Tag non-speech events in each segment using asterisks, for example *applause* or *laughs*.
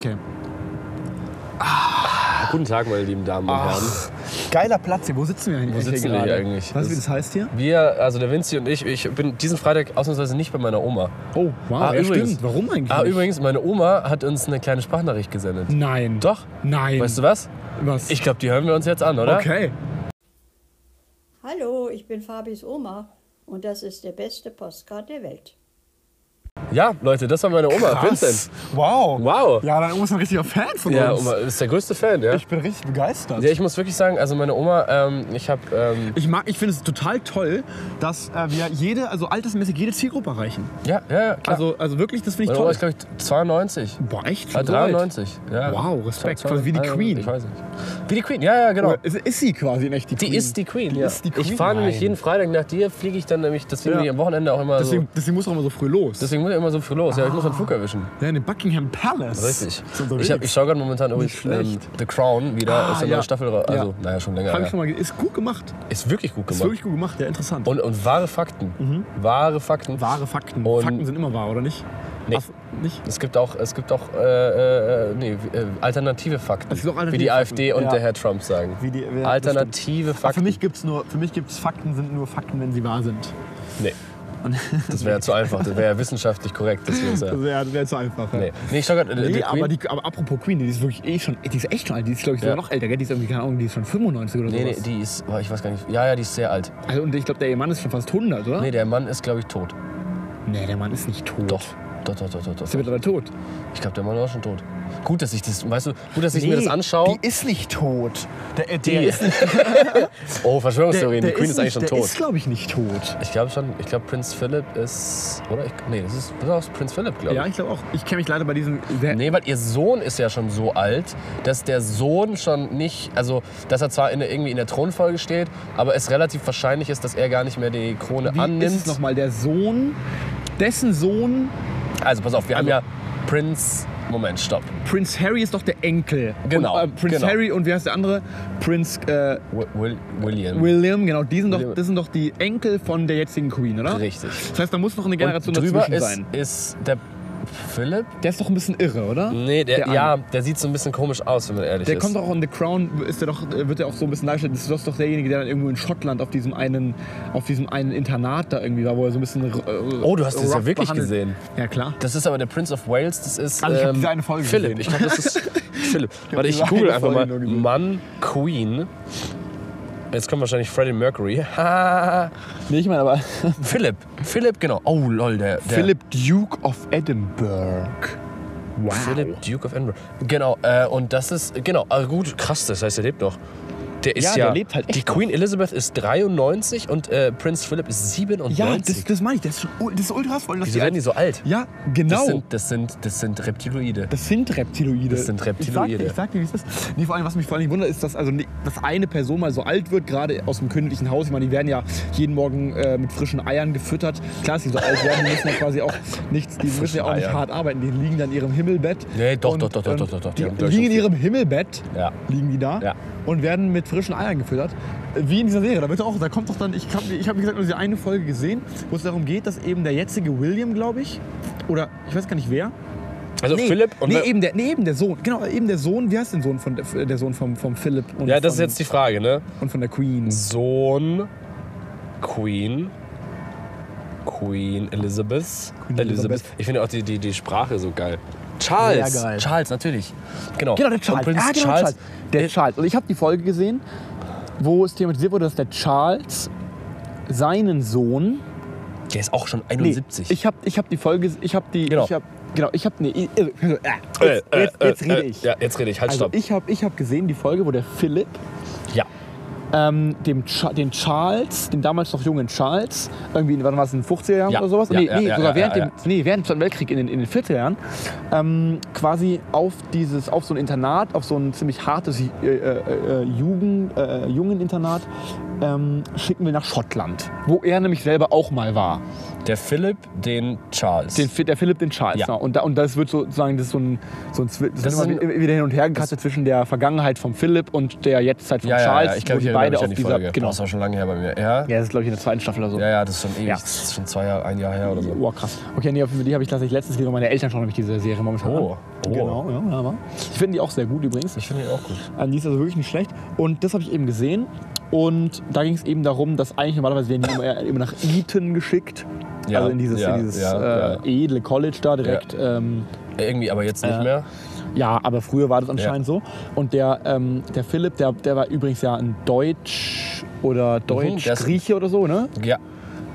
Okay. Guten Tag, meine lieben Damen und Herren. Geiler Platz hier. Wo sitzen wir eigentlich? Wo hier sitzen wir hier gerade? Weißt eigentlich? du, wie Das- das heißt hier? Wir, also der Vinci und ich, ich bin diesen Freitag ausnahmsweise nicht bei meiner Oma. Oh, wow. Ah, ja, übrigens. stimmt. Warum eigentlich? Ah, nicht? übrigens, meine Oma hat uns eine kleine Sprachnachricht gesendet. Nein. Doch. Nein. Weißt du was? was? Ich glaube, die hören wir uns jetzt an, oder? okay. Hallo, ich bin Fabis Oma und das ist der beste Postcard der Welt. Ja, Leute, das war meine Oma, Ah, Vincent. Wow. Wow. Ja, deine Oma ist ein richtiger Fan von Ja, uns. Oma ist der größte Fan, ja. Ich bin richtig begeistert. ja, ich muss wirklich sagen, also meine Oma, ähm, ich habe, ähm, Ich mag, ich finde es total toll, dass äh, wir jede, also altersmäßig jede Zielgruppe erreichen. ja, ja, ja, klar. Also, also wirklich, das finde ich meine Oma toll. ist, glaube ich, 92. Boah, echt? Ah, Schon so alt? 93. Ja. Wow, Respekt. Zwei- Quasi wie die zwei- Queen. Ich weiß nicht. Wie die Queen, ja, ja, genau. Oder Ist, ist sie quasi in echt die Die Queen? ist die Queen, Die ja. ist die Queen. Ich fahre nämlich Nein. jeden Freitag nach dir, fliege ich dann nämlich, deswegen Ja. bin ich am Wochenende auch immer Deswegen, so. deswegen muss auch immer so früh los. Deswegen muss ich immer so früh los. Ja, ich muss meinen Flug erwischen. ja, in den Buckingham Palace. Richtig. Ist unterwegs. Ich, hab- ich schaue gerade momentan übrigens ähm, schlecht. The Crown wieder. Ah, ist eine ja. neue Staffel. ra- Also, Ja. naja, schon länger. Hab ich Ja. schon mal ge- Ist gut gemacht. Ist wirklich gut Ist gemacht. wirklich gut gemacht. Ja, interessant. und, und wahre Fakten. Wahre Fakten. Wahre Fakten. Und- Fakten sind immer wahr, oder nicht? Nee. Ach, nicht? Es gibt auch, es gibt auch äh, äh, nee, wie- äh, alternative Fakten. Es gibt auch wie die alternative AfD Fakten. und Ja. der Herr Trump sagen. Wie die- wer- alternative Aber Fakten. für mich gibt's nur, für mich gibt's Fakten sind nur Fakten, wenn sie wahr sind. Nee. *laughs* Das wäre ja zu einfach. Das wäre ja wissenschaftlich korrekt. Deswegen ist ja, Das wäre wär zu einfach. ja. nee. nee, ich schau grad, äh, Nee, The Queen. aber, die, aber apropos Queen, die ist wirklich eh schon, die ist echt schon alt, die ist glaube ich sogar Ja. noch älter, gell? die ist irgendwie, keine Ahnung, die ist schon 95 oder Nee, nee, sowas. die ist, boah, ich weiß gar nicht. Ja, ja, die ist sehr alt. also, und ich glaube, der ihr Mann ist schon fast 100, oder? Nee, der Mann ist, glaube ich, tot. Nee, der Mann ist nicht tot. Doch. Doch, doch, doch, doch. Ist der doch. mittlerweile tot? Ich glaube, der Mann war schon tot. Gut, dass ich das, weißt du, gut, dass ich mir das anschaue. Die ist nicht tot. Der, äh, Die- der ist *laughs* nicht Oh, Verschwörungstheorien, der die Queen ist, eigentlich schon nicht, Der ist, tot. glaube ich, nicht tot. Ich glaube schon, ich glaube, Prinz Philip ist, oder? Ich, nee, das ist, das ist Prinz Philip, glaube ich. Ja, ich glaube auch. Ich kenne mich leider bei diesem. Sehr Nee, weil ihr Sohn ist ja schon so alt, dass der Sohn schon nicht, also dass er zwar in, der- irgendwie in der Thronfolge steht, aber es relativ wahrscheinlich ist, dass er gar nicht mehr die Krone Wie ist annimmt. es nochmal? Der Sohn, dessen Sohn, Also pass auf, wir Also- haben ja Prinz. Moment, stopp. Prinz Harry ist doch der Enkel. Genau, Und, äh, Prinz genau. Harry und wie heißt der andere? Prinz äh, Wi- Will, William. William, genau. Die sind, doch, William. das sind doch die Enkel von der jetzigen Queen, oder? Richtig. Das heißt, da muss noch eine Generation Und drüber dazwischen ist, sein. ist der Philipp. Der ist doch ein bisschen irre, oder? Nee, der, andere. ja, der sieht so ein bisschen komisch aus, wenn man ehrlich Der ist. kommt doch auch in The Crown, ist der doch, wird der auch so ein bisschen dargestellt. Das ist doch derjenige, der dann irgendwo in Schottland auf diesem einen, auf diesem einen Internat da irgendwie war, wo er so ein bisschen. Äh, Oh, du hast das ja rough wirklich behandelt. gesehen. Ja, klar. das ist aber der Prince of Wales, das ist ähm, Also ich hab diese eine Folge Philipp. gesehen. Ich glaube, das ist *laughs* Philipp. Warte, ich diese google eine einfach Folge mal nur gesehen. Mann Queen. Jetzt kommt wahrscheinlich Freddie Mercury. *laughs* Nee, ich meine aber. Philipp, Philipp, genau. Oh lol, der, der Philip Duke of Edinburgh. Wow. Philip Duke of Edinburgh. Genau, äh, und das ist, genau, also gut, krass, das heißt, er lebt noch. Der ist Ja, ja, der lebt halt echt die Queen Elizabeth ist 93 und äh, Prinz Philip ist 97. Ja, das, das meine ich. Das ist, schon- das ist ultra voll. Dass Wieso die werden die so alt? ja, genau. Das sind, das sind, das sind Reptiloide. Das sind Reptiloide. Das sind Reptiloide. Ich sag dir, ich sag dir wie es ist. Nee, vor allem, was mich vor allem wundert, ist, dass, also, ne- dass eine Person mal so alt wird, gerade aus dem königlichen Haus. Ich meine, die werden ja jeden Morgen äh, mit frischen Eiern gefüttert. Klar, dass die so alt werden, die müssen ja quasi auch nichts, die müssen ja auch nicht Eier. hart arbeiten. Die liegen dann in ihrem Himmelbett. Nee, doch, und, doch, doch, doch, und doch, doch, doch. Die Die, haben gleich liegen in so viel. ihrem Himmelbett, Ja. liegen die da, Ja. und werden mit frischen Eiern gefüttert. Wie in dieser Serie. Da, wird auch, da kommt doch dann, ich habe, ich hab, wie gesagt, nur diese eine Folge gesehen, wo es darum geht, dass eben der jetzige William, glaube ich, oder ich weiß gar nicht wer, Also nee, Philipp und nee, eben der, nee, eben der Sohn. Genau, eben der Sohn. Wie heißt denn Sohn von der, der Sohn vom, vom Philipp und, Ja, das ist von, jetzt die Frage, ne? und von der Queen? Sohn Queen. Queen Elizabeth. Queen Elizabeth. Ich finde auch die, die, die Sprache so geil. Charles. Sehr geil. Charles, natürlich. Genau. Genau, der Und Charles. Prinz Ah, genau, Charles. Äh, Der Charles. Und ich habe die Folge gesehen, wo es thematisiert wurde, dass der Charles seinen Sohn. Der ist auch schon Nee, 71. ich habe ich hab die Folge. Ich habe die. Genau. Ich hab, genau, ich habe. Nee, äh, äh, Äh, jetzt, jetzt, äh, jetzt äh, rede äh, ich. Ja, jetzt rede ich. Halt, Also stopp. ich habe ich hab gesehen die Folge, wo der Philipp ja. ähm, dem Cha den Charles, den damals noch jungen Charles, irgendwie, in- wann war es, in den 50er Jahren Ja, oder sowas? ja, nee, ja, nee, ja, sogar ja, während, ja, dem, nee, während dem Zweiten Weltkrieg in den, in den 40er Jahren, ähm, quasi auf dieses, auf so ein Internat, auf so ein ziemlich hartes äh, äh, äh, Jugend, äh, Jungeninternat ähm, schicken wir nach Schottland, wo er nämlich selber auch mal war. Der Philipp, den Charles. Den, Fi- der Philipp, den Charles. Ja. genau. Und, da, und das wird sozusagen das ist so ein, so ein Zwi- Das das wird ist immer wieder hin und her gekattet zwischen der Vergangenheit von Philipp und der Jetztzeit von ja, Charles. ja, ja, ich glaube, wo die ich beide beide auf an die dieser Folge. Genau. genau. Das war schon lange her bei mir. Ja, ja, Ja, das ist glaube ich in der zweiten Staffel oder so. ja, das ist schon ewig. Ja. Das ist schon zwei Jahre, ein Jahr her oder so. Oh, krass. Okay, nee, auf jeden Fall, die habe ich tatsächlich letztens gesehen. und Meine Eltern schauen nämlich diese Serie momentan Oh, an. oh. Genau, ja, aber ich finde die auch sehr gut übrigens. Ich finde ihn auch gut. An die ist also wirklich nicht schlecht. Und das habe ich eben gesehen. Und da ging es eben darum, dass eigentlich normalerweise werden die immer, immer nach Eton geschickt. Ja, also in dieses, ja, in dieses ja, äh, edle College da direkt. Ja. Ähm, Irgendwie aber jetzt nicht Ja. mehr. ja, aber früher war das anscheinend so. Und der, ähm, der Philipp, der, der war übrigens ja ein Deutsch- oder Mhm, der ist- Deutsch-Grieche oder so, ne? Ja,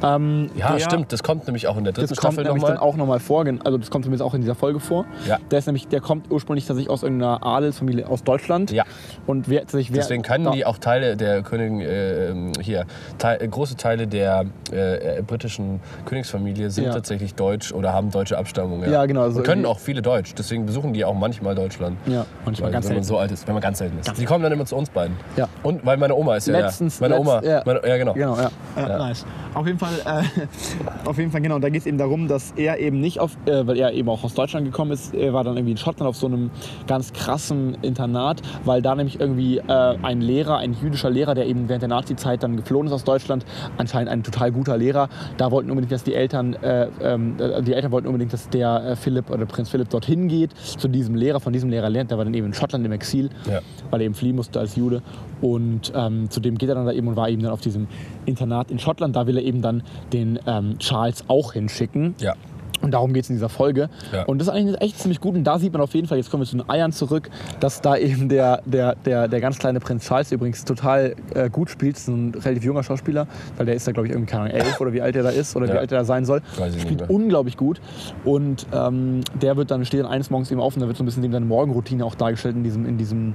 Ähm, ja der- stimmt. Das kommt nämlich auch in der dritten Das kommt Staffel nämlich nochmal. dann auch nochmal vor, gen- also das kommt zumindest auch in dieser Folge vor. Ja. Der, ist nämlich, der kommt ursprünglich tatsächlich aus irgendeiner Adelsfamilie aus Deutschland. Ja. Und wer, tatsächlich wer, Deswegen können da- die auch Teile der Königin, äh, ähm, hier, Teil, äh, große Teile der äh, äh, britischen Königsfamilie sind Ja. tatsächlich deutsch oder haben deutsche Abstammung. Ja, genau, also Und können irgendwie- auch viele deutsch, deswegen besuchen die auch manchmal Deutschland. Ja, manchmal weil, ganz Wenn selten. man so alt ist, wenn man ganz selten ist. Die kommen dann immer zu uns beiden. Ja. Und weil meine Oma ist ja. Letztens- ja. Meine letzt- Oma. ja. Meine, ja, genau. Genau, ja. Nice. Auf jeden Fall, äh, *laughs* auf jeden Fall, genau. Und da geht es eben darum, dass er eben nicht auf, äh, weil er eben auch aus Deutschland gekommen ist, er war dann irgendwie in Schottland auf so einem ganz krassen Internat, weil da nämlich irgendwie äh, ein Lehrer, ein jüdischer Lehrer, der eben während der Nazizeit dann geflohen ist aus Deutschland, anscheinend ein total guter Lehrer, da wollten unbedingt, dass die Eltern, äh, ähm, äh, die Eltern wollten unbedingt, dass der äh, Philipp oder Prinz Philipp dorthin geht, zu diesem Lehrer, von diesem Lehrer lernt, der war dann eben in Schottland im Exil Ja. weil er eben fliehen musste als Jude. Und ähm, zudem geht er dann da eben und war eben dann auf diesem Internat in Schottland. Da will er eben dann den ähm, Charles auch hinschicken. Ja. Und darum geht es in dieser Folge. Ja. Und das ist eigentlich echt ziemlich gut. Und da sieht man auf jeden Fall, jetzt kommen wir zu den Eiern zurück, dass da eben der, der, der, der ganz kleine Prinz Charles übrigens total äh, gut spielt. Das ist ein relativ junger Schauspieler, weil der ist da, glaube ich, irgendwie, keine Ahnung, elf oder wie alt er da ist oder wie Ja. alt er da sein soll. Weiß ich nicht spielt mehr. unglaublich gut. Und ähm, der wird dann, steht dann eines Morgens eben auf und da wird so ein bisschen dem seine Morgenroutine auch dargestellt in, diesem, in, diesem,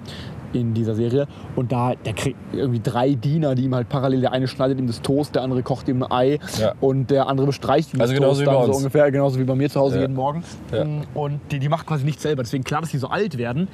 in dieser Serie. Und da, der kriegt irgendwie drei Diener, die ihm halt parallel, der eine schneidet ihm das Toast, der andere kocht ihm ein Ei Ja. und der andere bestreicht ihm Also das genauso wie Toast bei dann so uns. ungefähr, genauso wie bei mir zu Hause Ja. jeden Morgen. Mhm. Ja. Und die, die macht quasi nichts selber. Deswegen klar, dass die so alt werden.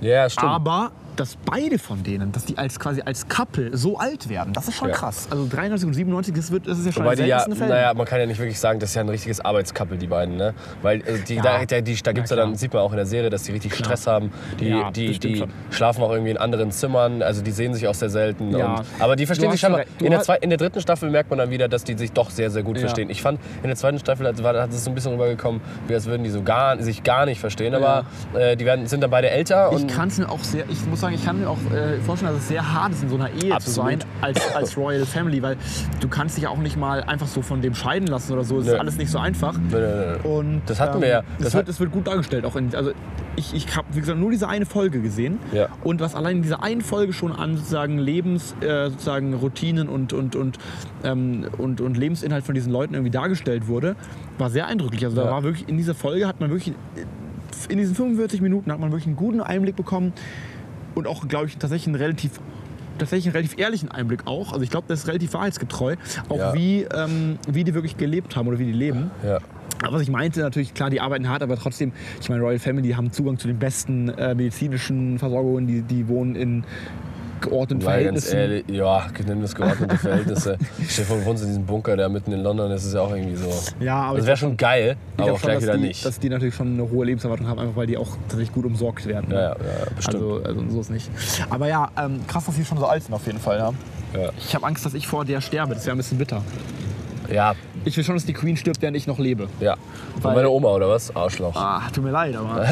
Ja, stimmt. Aber dass beide von denen, dass die als quasi als Couple so alt werden, das ist schon Ja. krass. Also 93 und 97, das, wird, das ist ja schon Wobei ein die ja, seltener Fällen. naja, man kann ja nicht wirklich sagen, das ist ja ein richtiges Arbeitskappel, die beiden, ne? Weil also die, da, da, die, da gibt's ja, klar. dann, sieht man auch in der Serie, dass die richtig Stress haben. Die, Ja, die, das stimmt die schon. schlafen auch irgendwie in anderen Zimmern, also die sehen sich auch sehr selten. Ja. Und, aber die Du verstehen hast sich scheinbar. schon recht. Du In der, hast- zwei, in der dritten Staffel merkt man dann wieder, dass die sich doch sehr, sehr gut Ja. verstehen. Ich fand, in der zweiten Staffel hat war- hat es so ein bisschen rübergekommen, wie als würden die so gar, sich gar nicht verstehen. Aber äh, die werden, sind dann beide älter. Ich Und kann es mir auch sehr, ich muss sagen, ich kann mir auch äh, vorstellen, dass es sehr hart ist, in so einer Ehe zu Absolut. sein als, *laughs* als Royal Family, weil du kannst dich auch nicht mal einfach so von dem scheiden lassen oder so. Das Nö. ist alles nicht so einfach. Nö, nö, nö. Und Das hatten wir ja. Das Das hat- wird, das wird gut dargestellt. Auch in, also ich, ich habe, wie gesagt, nur diese eine Folge gesehen. Ja. Und was allein in dieser einen Folge schon an sozusagen Lebens, äh, sozusagen Routinen und, und, und, ähm, und, und Lebensinhalt von diesen Leuten irgendwie dargestellt wurde, war sehr eindrücklich. Also da Ja. war wirklich, in dieser Folge hat man wirklich, in diesen 45 Minuten hat man wirklich einen guten Einblick bekommen und auch, glaube ich, tatsächlich einen relativ tatsächlich einen relativ ehrlichen Einblick auch. Also ich glaube, das ist relativ wahrheitsgetreu, auch Ja. wie, ähm, wie die wirklich gelebt haben oder wie die leben. ja. Aber was ich meinte, natürlich, klar, die arbeiten hart, aber trotzdem, ich meine, Royal Family die haben Zugang zu den besten äh, medizinischen Versorgungen, die, die wohnen in geordneten Weil ganz Verhältnissen. ehrlich, ja, nimm das *laughs* geordnete Verhältnisse. Stell dir vor, du wohnst in diesem Bunker da mitten in London, das ist ja auch irgendwie so. Ja, aber das ich wäre glaub schon geil, ich aber glaub auch schon, gleich dass wieder die, nicht. Dass die natürlich schon eine hohe Lebenserwartung haben, einfach weil die auch tatsächlich gut umsorgt werden. ja, ja, ja, bestimmt. also, also so ist nicht. Aber ja, ähm, krass, dass die schon so alt sind auf jeden Fall. Ja. Ja. Ich habe Angst, dass ich vor der sterbe. Das wäre ein bisschen bitter. ja, Ich will schon, dass die Queen stirbt, während ich noch lebe. ja. Und Weil- meine Oma oder was? Arschloch. Ah, tut mir leid, aber.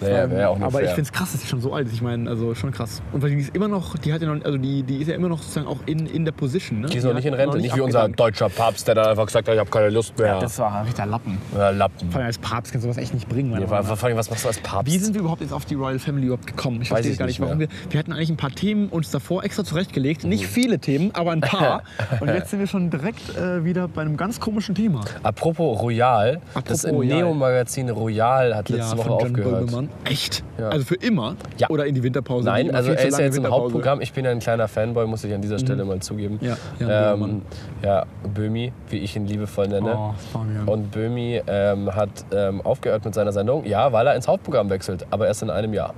naja, Ähm, wäre auch nicht aber fair. ich finde es krass, dass sie schon so alt ist. Ich meine, also schon krass. Und weil die ist immer noch, die hat ja noch, also die, die ist ja immer noch sozusagen auch in, in der Position. Ne? die ist noch hat nicht in Rente, nicht wie unser abgedankt. deutscher Papst, der dann einfach gesagt hat, ich habe keine Lust mehr. Das war ein richtiger Lappen. ja, Lappen. Vor allem als Papst kannst du sowas echt nicht bringen. meiner Ja, Meinung war- nach. war- vor allem, was machst du als Papst? Wie sind wir überhaupt jetzt auf die Royal Family überhaupt gekommen? Ich Weiß verstehe ich gar nicht, nicht warum mehr. Mhm. wir. Wir hatten eigentlich ein paar Themen uns davor extra zurechtgelegt. Nicht viele Themen, aber ein *laughs* paar. Und jetzt sind wir schon direkt äh, wieder bei einem ganz komischen Thema. Apropos Royal, das Apropos Royal. Neo-Magazin Royal hat letzte Woche aufgehört. Echt? Ja. Also für immer? Ja. Oder in die Winterpause? die Nein, immer also viel zu er ist ja lange jetzt im Winterpause- Hauptprogramm. Ich bin ja ein kleiner Fanboy, muss ich an dieser Stelle mal zugeben. Mhm. Ja, ja, ähm, Böhmermann. ja Böhmi, wie ich ihn liebevoll nenne. Oh, Fabian. Und Böhmi ähm, hat ähm, aufgehört mit seiner Sendung, ja, weil er ins Hauptprogramm wechselt, aber erst in einem Jahr.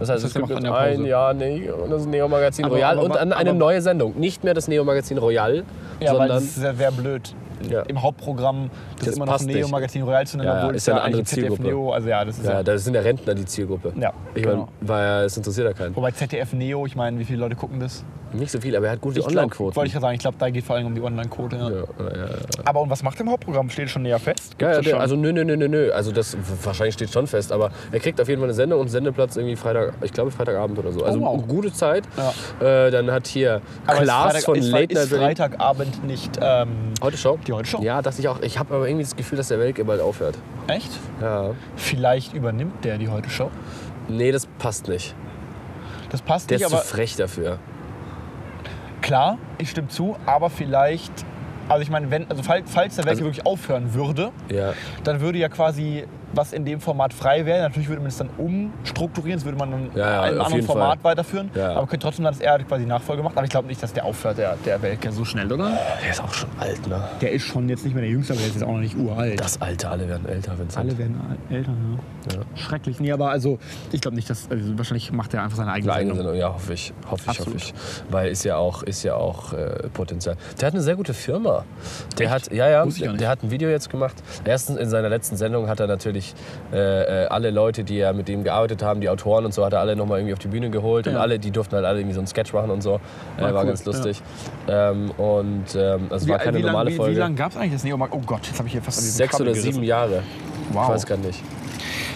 Das Das heißt, heißt, es er gibt macht jetzt an der ein Pause. Jahr ne das Neo-Magazin Aber- Royal aber- und dann eine aber- neue Sendung. Nicht mehr das Neo-Magazin Royal, Ja, weil sondern... das ist ja sehr blöd. Ja. Im Hauptprogramm das, Das immer noch passt nicht. Neo Magazin Royal zu nennen, Ja, ja, obwohl ist es ja ja eine andere eigentlich ZDF Zielgruppe. Neo, also ja, das ist ja. ja, das sind ja Rentner, die Zielgruppe. Ja, Ich meine, genau. weil es interessiert ja keinen. Wobei ZDF Neo, ich meine, wie viele Leute gucken das? Nicht so viel, aber er hat gute Ich glaub, Online-Quoten. Wollte ich ja sagen, ich glaube, da geht vor allem um die Online-Quote. Ja. ja, ja, ja. Aber und was macht er im Hauptprogramm? Steht schon näher fest? Ja, ja, das der, schon? also nö, nö, nö, nö, nö. Also das w- wahrscheinlich steht schon fest, aber er kriegt auf jeden Fall eine Sendung und Sendeplatz irgendwie Freitag, ich glaube Freitagabend oder so. Also Oh, wow. eine gute Zeit. Äh, dann hat hier Aber ist Klaas Freitag- von ist, Late Night ist Berlin. Freitagabend nicht. Ähm, Heute Show? Die Heute Show? Ja, dachte ich auch. Ich habe aber irgendwie das Gefühl, dass der Welke bald aufhört. echt? Ja. Vielleicht übernimmt der die heute Show. Nee, das passt nicht. Das passt Der nicht, ist zu aber frech dafür. klar, ich stimme zu, aber vielleicht. Also ich meine, wenn, also falls, falls der Welke wirklich aufhören würde, Ja. dann würde ja quasi was in dem Format frei werden. Natürlich würde man es dann umstrukturieren, das würde man dann Ja, ja, in einem auf anderen jeden Format Fall. weiterführen. Ja, ja. Aber könnte trotzdem dann, dass er quasi Nachfolge macht. Aber ich glaube nicht, dass der aufhört, der, der Welke. So schnell, oder? Der ist auch schon alt, ne? Der ist schon jetzt nicht mehr der Jüngste, aber der ist jetzt auch noch nicht uralt. Das Alte, alle werden älter, Vincent. alle werden al- älter, ja. Schrecklich. Nee, aber also, ich glaube nicht, dass. Also wahrscheinlich macht er einfach seine eigene Eine eigene Sendung. Sendung, ja, hoffe ich. Hoffe ich, Absolut. hoffe ich. Weil ist ja auch, ist ja auch äh, Potenzial. Der hat eine sehr gute Firma. Der hat, ja, ja, Wusste ich gar nicht. der hat ein Video jetzt gemacht. Erstens in seiner letzten Sendung hat er natürlich äh, äh, alle Leute, die ja mit ihm gearbeitet haben, die Autoren und so, hat er alle nochmal irgendwie auf die Bühne geholt. Und Ja. alle, die durften halt alle irgendwie so einen Sketch machen und so. Äh, War war cool, ganz lustig. Ähm, und ähm, also es war keine wie normale lang, wie, Wie Folge. lange gab es eigentlich das Neomark? Oh Gott, jetzt habe ich hier fast an diesem Sechs Kabel oder sieben gerissen. Jahre. Wow. Ich weiß gar nicht.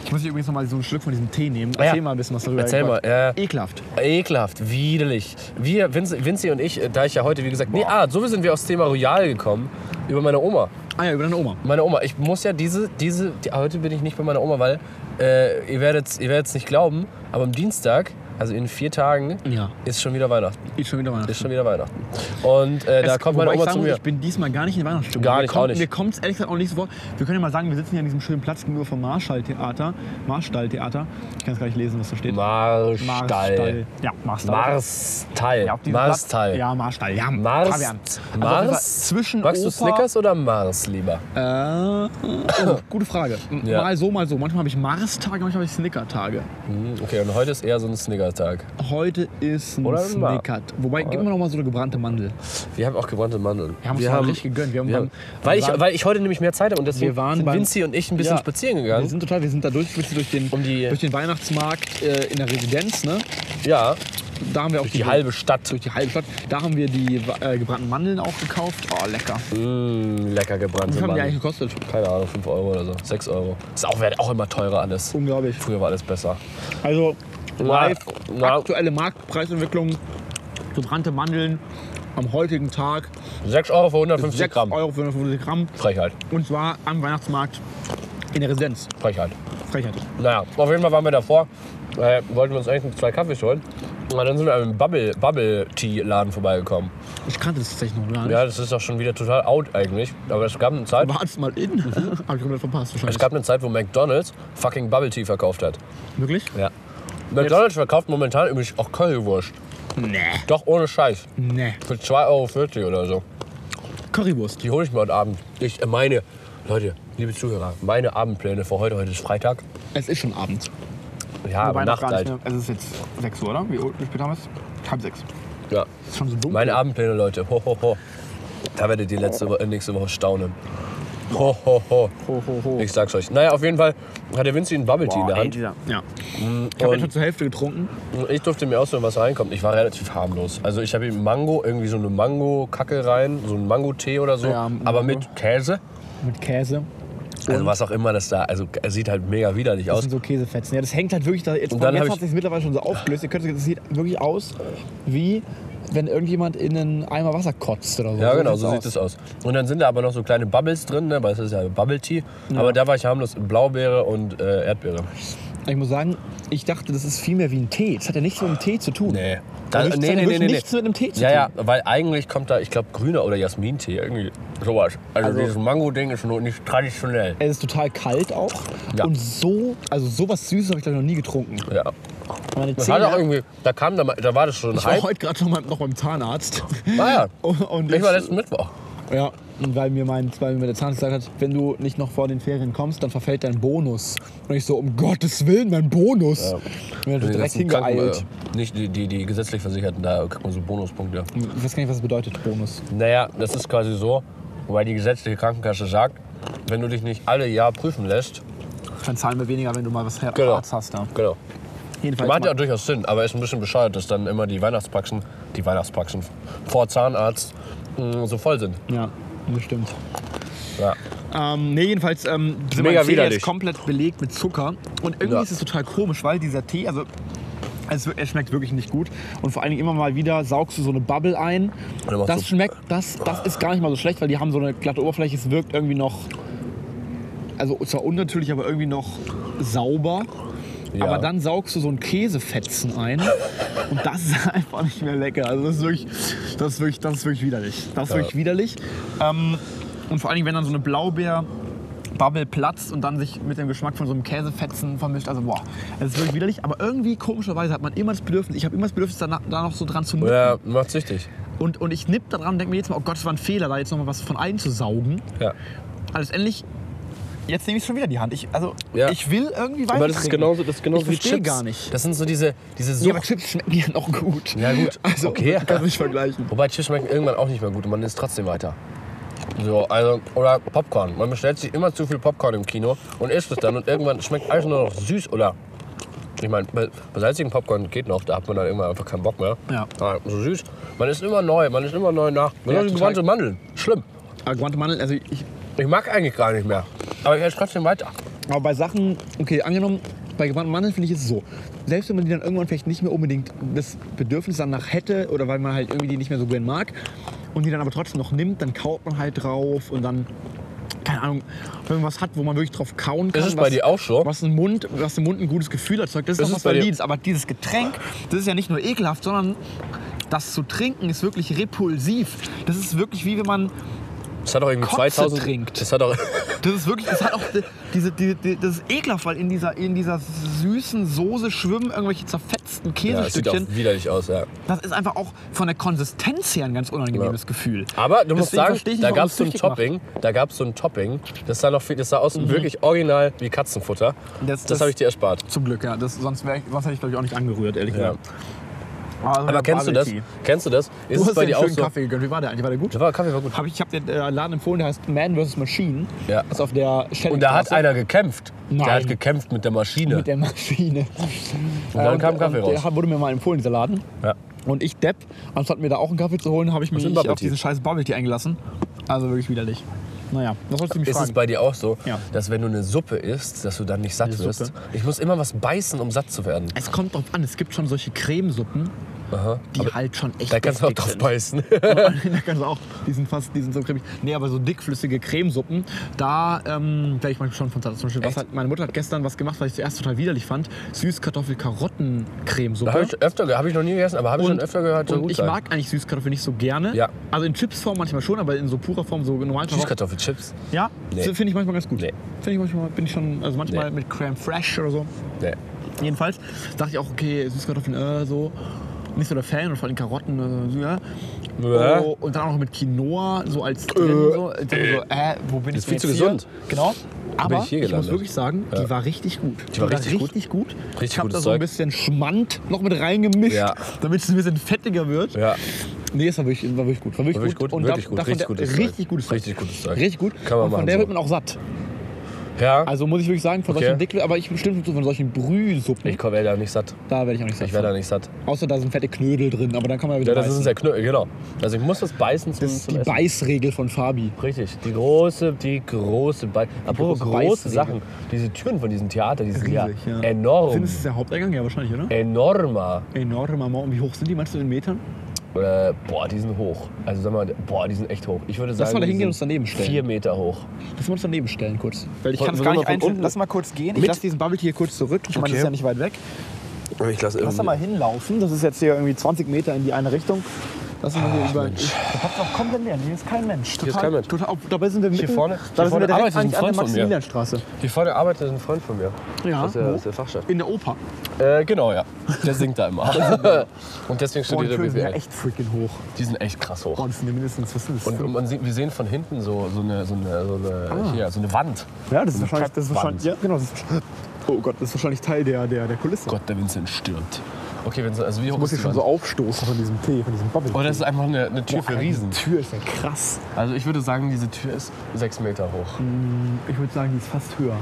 Ich muss hier übrigens noch mal so einen Schluck von diesem Tee nehmen. ja. Erzähl mal ein bisschen was darüber. Erzähl mal, ja. Ekelhaft. Ekelhaft, widerlich. Wir, Vinci, Vinci und ich, äh, da ich ja heute, wie gesagt, nee, ah, so sind wir aufs Thema Royal gekommen, über meine Oma. Ah ja, über deine Oma. Meine Oma, ich muss ja diese, diese, die, heute bin ich nicht bei meiner Oma, weil äh, ihr werdet es ihr werdet's nicht glauben, aber am Dienstag, also in vier Tagen, Ja. ist schon wieder Weihnachten. Ist schon wieder Weihnachten. Ist schon wieder Weihnachten. Und äh, da Es- kommt meine wobei ich Oma sagen zu muss, mir. Ich bin diesmal gar nicht in Weihnachtsstimmung. Gar Mir nicht, kommt, auch nicht. Mir kommt es ehrlich gesagt auch nicht so vor. Wir können ja mal sagen, wir sitzen hier an diesem schönen Platz gegenüber vom Marschalltheater. Marstalltheater. Ich kann es gar nicht lesen, was da steht. Marstall. Ja, Marstall. Marstall. Ja, auf diesem Marstall. Platz- Ja, Marstall. Ja, Mars. Fabian. Also auf jeden Fall Mars. zwischen Magst du Oper, Snickers oder Mars lieber? Äh, oh, gute Frage. M- Ja. Mal so, mal so. Manchmal habe ich Mars-Tage, manchmal habe ich Snicker-Tage. Hm, Okay, und heute ist eher so ein Snickers-Tag. Heute ist ein Oder ein Mar- Snickert. Wobei, gib mir noch mal so eine gebrannte Mandel. Wir haben auch gebrannte Mandeln. Wir haben uns mal richtig gegönnt. Wir haben- wir haben, wir weil, ich, waren- weil ich heute nämlich mehr Zeit habe und deswegen Wir waren sind beim- Vinci und ich ein bisschen Ja. spazieren Wir gegangen. sind total, wir sind da durch, durch durch den, Um die- durch den Weihnachtsmarkt äh, in der Residenz. Ne? Ja, Da haben wir auch die halbe Stadt. durch die halbe Stadt. Da haben wir die äh, gebrannten Mandeln auch gekauft. Oh, lecker. Mm, lecker Was gebrannte haben die eigentlich Mandeln. gekostet? Keine Ahnung, 5 Euro oder so. 6 Euro. Ist auch, wird auch immer teurer alles. Unglaublich. Früher war alles besser. Also, Na, live, na. aktuelle Marktpreisentwicklung, gebrannte Mandeln am heutigen Tag. 6 Euro für 150 6 Gramm. halt, Euro für 150 Gramm. Frechheit, Und zwar am Weihnachtsmarkt in der Residenz. Frechheit. Frechheit. halt. Naja, auf jeden Fall waren wir davor. Äh, wollten wir uns eigentlich zwei Kaffees holen. Und dann sind wir an einem Bubble- Bubble-Tea-Laden vorbeigekommen. Ich kannte das tatsächlich noch gar nicht. Ja, das ist doch schon wieder total out eigentlich. Aber es gab eine Zeit, Wart's mal in. *laughs* Hab ich komplett verpasst wahrscheinlich. Mhm. es gab eine Zeit wo McDonalds fucking Bubble Tea verkauft hat. Wirklich? Ja. McDonalds verkauft momentan übrigens auch Currywurst. Nee. Doch ohne Scheiß. Nee. Für 2,40 Euro oder so. Currywurst. Die hole ich mir heute Abend. Ich äh, meine, Leute, liebe Zuhörer, meine Abendpläne für heute, heute ist Freitag. Es ist schon Abend. Ja, aber Nacht halt. mehr. Es ist jetzt 6 Uhr, oder? Wie, wie spät haben wir es? Halb sechs. Ja. Ist schon so dunkel. Meine Abendpläne, Leute. Ho, ho, ho. Da werdet ihr letzte Woche, äh, nächste Woche staunen. Ho, ho, ho. Ho, ho, ho. Ich sag's euch. Naja, auf jeden Fall hat der Vinci einen Bubble Tea in der ey, Hand. dieser- Ja. Ich habe schon zur Hälfte getrunken. Ich durfte mir aussuchen, was reinkommt. Ich war relativ harmlos. Also ich habe ihm Mango, irgendwie so eine Mango-Kacke rein, so einen Mango-Tee oder so, Ja, Mango. aber mit Käse. Mit Käse. Also was auch immer das da, also es sieht halt mega widerlich Das aus. sind so Käsefetzen. Ja, das hängt halt wirklich da. Jetzt, Und dann hab jetzt ich- hat sich mittlerweile schon so aufgelöst. Ihr könnt, das sieht wirklich aus, wie wenn irgendjemand in einen Eimer Wasser kotzt oder so. Ja genau, sieht's so sieht aus. es aus. Und dann sind da aber noch so kleine Bubbles drin, ne, weil es ist ja Bubble-Tea. Aber da war ich harmlos, Blaubeere und äh, Erdbeere. Ich muss sagen, ich dachte, das ist viel mehr wie ein Tee. Das hat ja nichts mit dem Tee zu tun. Nee. Da wird's- da wird's nichts mit einem Tee zu Ja, ja, tun. weil eigentlich kommt da, ich glaube, grüner oder Jasmin-Tee, irgendwie sowas. Also, Also- dieses Mango-Ding ist nur nicht traditionell. Es ist total kalt auch. Ja. Und so, also sowas Süßes habe ich glaube ich noch nie getrunken. Ja. Meine Das hat Zähne- auch irgendwie, da kam, da, da war das schon ein ich war Hype. heute gerade noch, mal, noch beim Zahnarzt. Ah ja. *laughs* Und, und ich war jetzt- letzten Mittwoch. Ja. weil mir mein, weil mir der Zahnarzt gesagt hat, wenn du nicht noch vor den Ferien kommst, dann verfällt dein Bonus. Und ich so, um Gottes Willen, mein Bonus. Und dann Die direkt ganzen Kranken- hingeeilt. äh, nicht die, die, die gesetzlich Versicherten, da kriegt man so Bonuspunkte. Ich weiß gar nicht, was das bedeutet, Bonus. Naja, das ist quasi so, weil die gesetzliche Krankenkasse sagt, wenn du dich nicht alle Jahr prüfen lässt. Dann zahlen wir weniger, wenn du mal was Herr Genau. Arzt hast da. Genau. Jedenfalls Macht ja auch mal- durchaus Sinn, aber ist ein bisschen bescheuert, dass dann immer die Weihnachtspraxen, die Weihnachtspraxen vor Zahnarzt mh, so voll sind. ja, das stimmt. Ja. Ähm, nee, jedenfalls ähm, sind meine Mega Zähne widerlich. jetzt komplett belegt mit Zucker. Und irgendwie Ja. ist es total komisch, weil dieser Tee, also es, wir- er schmeckt wirklich nicht gut. Und vor allen Dingen immer mal wieder saugst du so eine Bubble ein. dann machst Das du- schmeckt, das, das ist gar nicht mal so schlecht, weil die haben so eine glatte Oberfläche. Es wirkt irgendwie noch, also zwar unnatürlich, aber irgendwie noch sauber. Ja. Aber dann saugst du so einen Käsefetzen *laughs* ein und das ist einfach nicht mehr lecker. Also das ist wirklich, das ist wirklich, das ist wirklich widerlich. Das ist wirklich widerlich. Ähm, und vor allen Dingen, wenn dann so eine Blaubeer Bubble platzt und dann sich mit dem Geschmack von so einem Käsefetzen vermischt. Also boah, es ist wirklich widerlich. Aber irgendwie komischerweise hat man immer das Bedürfnis, ich habe immer das Bedürfnis, danach, da noch so dran zu nippen. Ja, macht süchtig. Und, und ich nipp da dran und denke mir jetzt mal, oh Gott, das war ein Fehler, da jetzt noch mal was von einzusaugen. Ja. Aber letztendlich, jetzt nehme ich schon wieder in die Hand. Ich, also Ja. ich will irgendwie weiter. Aber das ist genauso, das ist genauso ich wie verstehe Chips. gar nicht. Das sind so diese, diese Ja, Sucht. aber Chips schmecken ja noch gut. Ja, gut. Also, Okay. man kann es nicht vergleichen. Wobei Chips schmecken irgendwann auch nicht mehr gut und man isst trotzdem weiter. So, also, oder Popcorn. Man bestellt sich immer zu viel Popcorn im Kino und isst es dann und irgendwann schmeckt alles nur noch süß oder. Ich meine, bei, bei salzigem Popcorn geht noch, da hat man dann irgendwann einfach keinen Bock mehr. Ja. Aber so süß. Man ist immer neu, man ist immer neu nach. Genau wie total. gebrannte Mandeln. Schlimm. Aber Guantanamo, also ich, Ich mag eigentlich gar nicht mehr. Aber ich esse trotzdem weiter. aber bei Sachen, okay, angenommen, bei gebrannten Mandeln finde ich es so. Selbst wenn man die dann irgendwann vielleicht nicht mehr unbedingt das Bedürfnis danach hätte oder weil man halt irgendwie die nicht mehr so gern mag und die dann aber trotzdem noch nimmt, dann kaut man halt drauf und dann, keine Ahnung, wenn man was hat, wo man wirklich drauf kauen kann. Ist es bei was- dir auch so? Was im Mund, was im Mund ein gutes Gefühl erzeugt, das ist, doch Ist es was bei dir- Berlins. Aber dieses Getränk, das ist ja nicht nur ekelhaft, sondern das zu trinken ist wirklich repulsiv. Das ist wirklich wie wenn man Es hat auch irgendwie Kotze 2000. trinkt. Es hat *laughs* auch. Das ist wirklich, es hat auch die- diese, die, die, das ist ekelhaft, weil in dieser, in dieser süßen Soße schwimmen irgendwelche zerfetzten ja, es sieht auch Käsestückchen. widerlich aus, ja. das ist einfach auch von der Konsistenz her ein ganz unangenehmes Ja. Gefühl. Aber du musst Deswegen sagen, verstehe ich nicht, da warum gab es es so ein süchtig macht. Mhm. Topping, da gab so ein Topping, das sah noch viel, das sah aus wirklich original wie Katzenfutter. Das- Das, das- habe ich dir erspart. Zum Glück, ja. Das, sonst, wär ich, sonst hätte ich, glaube ich, auch nicht angerührt, ehrlich Ja. gesagt. Aber, Aber kennst du das? Kennst du das? Ist Du es hast dir bei einen dir auch schönen so? Kaffee gegönnt. Wie war der eigentlich? War der gut? Da war Kaffee war gut. Hab ich ich habe den äh, Laden empfohlen, der heißt Man vs. Machine. Ja. Das Ist auf der Und da hat einer gekämpft. Nein. Der hat gekämpft mit der Maschine. mit der Maschine. Äh, und dann kam Kaffee Der raus. hat- wurde mir mal empfohlen, dieser Laden. Ja. Und ich, Depp, anstatt mir da auch einen Kaffee zu holen, habe ich mich ist ein Bubble auf Tea? diesen scheiß Bubble Tea eingelassen. Also wirklich widerlich. Naja, was wolltest du mich Ist es fragen? bei dir auch so, Ja. dass wenn du eine Suppe isst, dass du dann nicht satt Eine wirst? Suppe? Ich muss immer was beißen, um satt zu werden. Es kommt drauf an, es gibt schon solche Cremesuppen, die halt schon echt Da kannst du auch deftig drauf sind. *laughs* beißen. da kannst du auch, die sind fast, die sind so cremig. Nee, aber so dickflüssige Cremesuppen, da ähm, werde ich manchmal schon von satt. Zum Beispiel, was Echt? hat, meine Mutter hat gestern was gemacht, was ich zuerst total widerlich fand. Süßkartoffel-Karotten-Cremesuppe. Habe ich, öfter ge- hab ich noch nie gegessen, aber habe ich schon öfter gehört. soll und gut ich sein. mag eigentlich Süßkartoffeln nicht so gerne. Ja. Also in Chipsform manchmal schon, aber in so purer Form, so normal. Süßkartoffelchips. Ja, Nee. finde ich manchmal ganz gut. Nee. Finde ich manchmal, bin ich schon, also manchmal Nee. mit Crème Fresh oder so. Nee. Jedenfalls dachte ich auch, okay, Süßkartoffeln, äh, so. Nicht so der Fan und vor allem Karotten, äh, so, ja. Ja. Oh, und dann auch noch mit Quinoa, so als drin, Äh. so. Ich dachte so, äh, wo bin ich denn Ist viel zu jetzt hier? gesund. Genau. Aber ich hier ich muss gelandet? wirklich sagen, die war richtig gut. Die war richtig gut? gut. Richtig ich habe gutes da so ein Zeug. bisschen Schmand noch mit reingemischt, Ja. damit es ein bisschen fettiger wird. Ja. Nee, es war wirklich, war wirklich gut. War wirklich, War wirklich gut. gut, Und wirklich da, gut, davon richtig der- gutes Zeug. richtig gutes Zeug. Richtig gutes Zeug. Richtig gut. Kann man und von machen der so. wird man auch satt. Ja. Also muss ich wirklich sagen, von Okay. solchen Dickl aber ich bestimmt von solchen Brühsuppen, ich werde da nicht satt. da werde ich auch nicht satt. Ich werde da nicht satt. von. Außer da sind fette Knödel drin, aber dann kann man ja wieder Ja, das ist beißen. ein sehr Knödel, genau. Also ich muss das beißen zum, das ist zum die Essen. Beißregel von Fabi. Richtig, die große, die große Bei Apropos große große, Beißregel. Sachen. Diese Türen von diesem Theater, die sind Riesig, ja, ja. enorm. Findest du das der Haupteingang? Ja, wahrscheinlich, oder? Enormer. Enorm, Amount. Wie hoch sind die? Meinst du in Metern? Äh, boah, die sind hoch. Also sag mal, boah, die sind echt hoch. Ich würde sagen, mal da die hingehen sind und uns daneben stellen. Vier Meter hoch. Lass mal uns daneben stellen kurz. Weil ich Wollen- kann es wollen gar wir nicht von einstellen. unten? Lass mal kurz gehen. Ich Mit? lass diesen Bubble hier kurz zurück. Ich meine, Okay. das ist ja nicht weit weg. Ich lasse Lass da mal hinlaufen. Das ist jetzt hier irgendwie 20 Meter in die eine Richtung. Lass uns mal hier über. Der Platz ist auch komplett leer. Hier ist kein Mensch. Total, ist kein Mensch. Total, auf- dabei sind wir mitten, vorne- hier Da sind vorne wir direkt arbeitet ein eigentlich an der Freund von mir. Maximilianstraße. Hier vorne arbeitet ein Freund von mir. Ja, Aus der, wo? aus der Fachstadt. In der Oper. Äh, genau, ja. *laughs* Der singt da immer. und deswegen Boah, die studiert er Türen sind ja BWL. echt freaking hoch. Die sind echt krass hoch. Boah, das sind ja mindestens, was sind das? Und, und man sieht, wir sehen von hinten so, so, eine, so, eine, so, eine, Ah. hier, so eine Wand. ja, das ist wahrscheinlich, das ist wahrscheinlich, Treppwand. ja, genau, das ist, oh Gott, das ist wahrscheinlich Teil der, der, der Kulisse. Gott, der Vincent stirbt. Okay, Vincent, also wie hoch Ich muss ist hier die schon Wand? so aufstoßen von diesem Tee, von diesem Bubble. Oh, das ist einfach eine, eine Tür für Riesen. Die Tür ist ja krass. Also ich würde sagen, diese Tür ist 6 Meter hoch. Mhm. Ich würde sagen, die ist fast höher.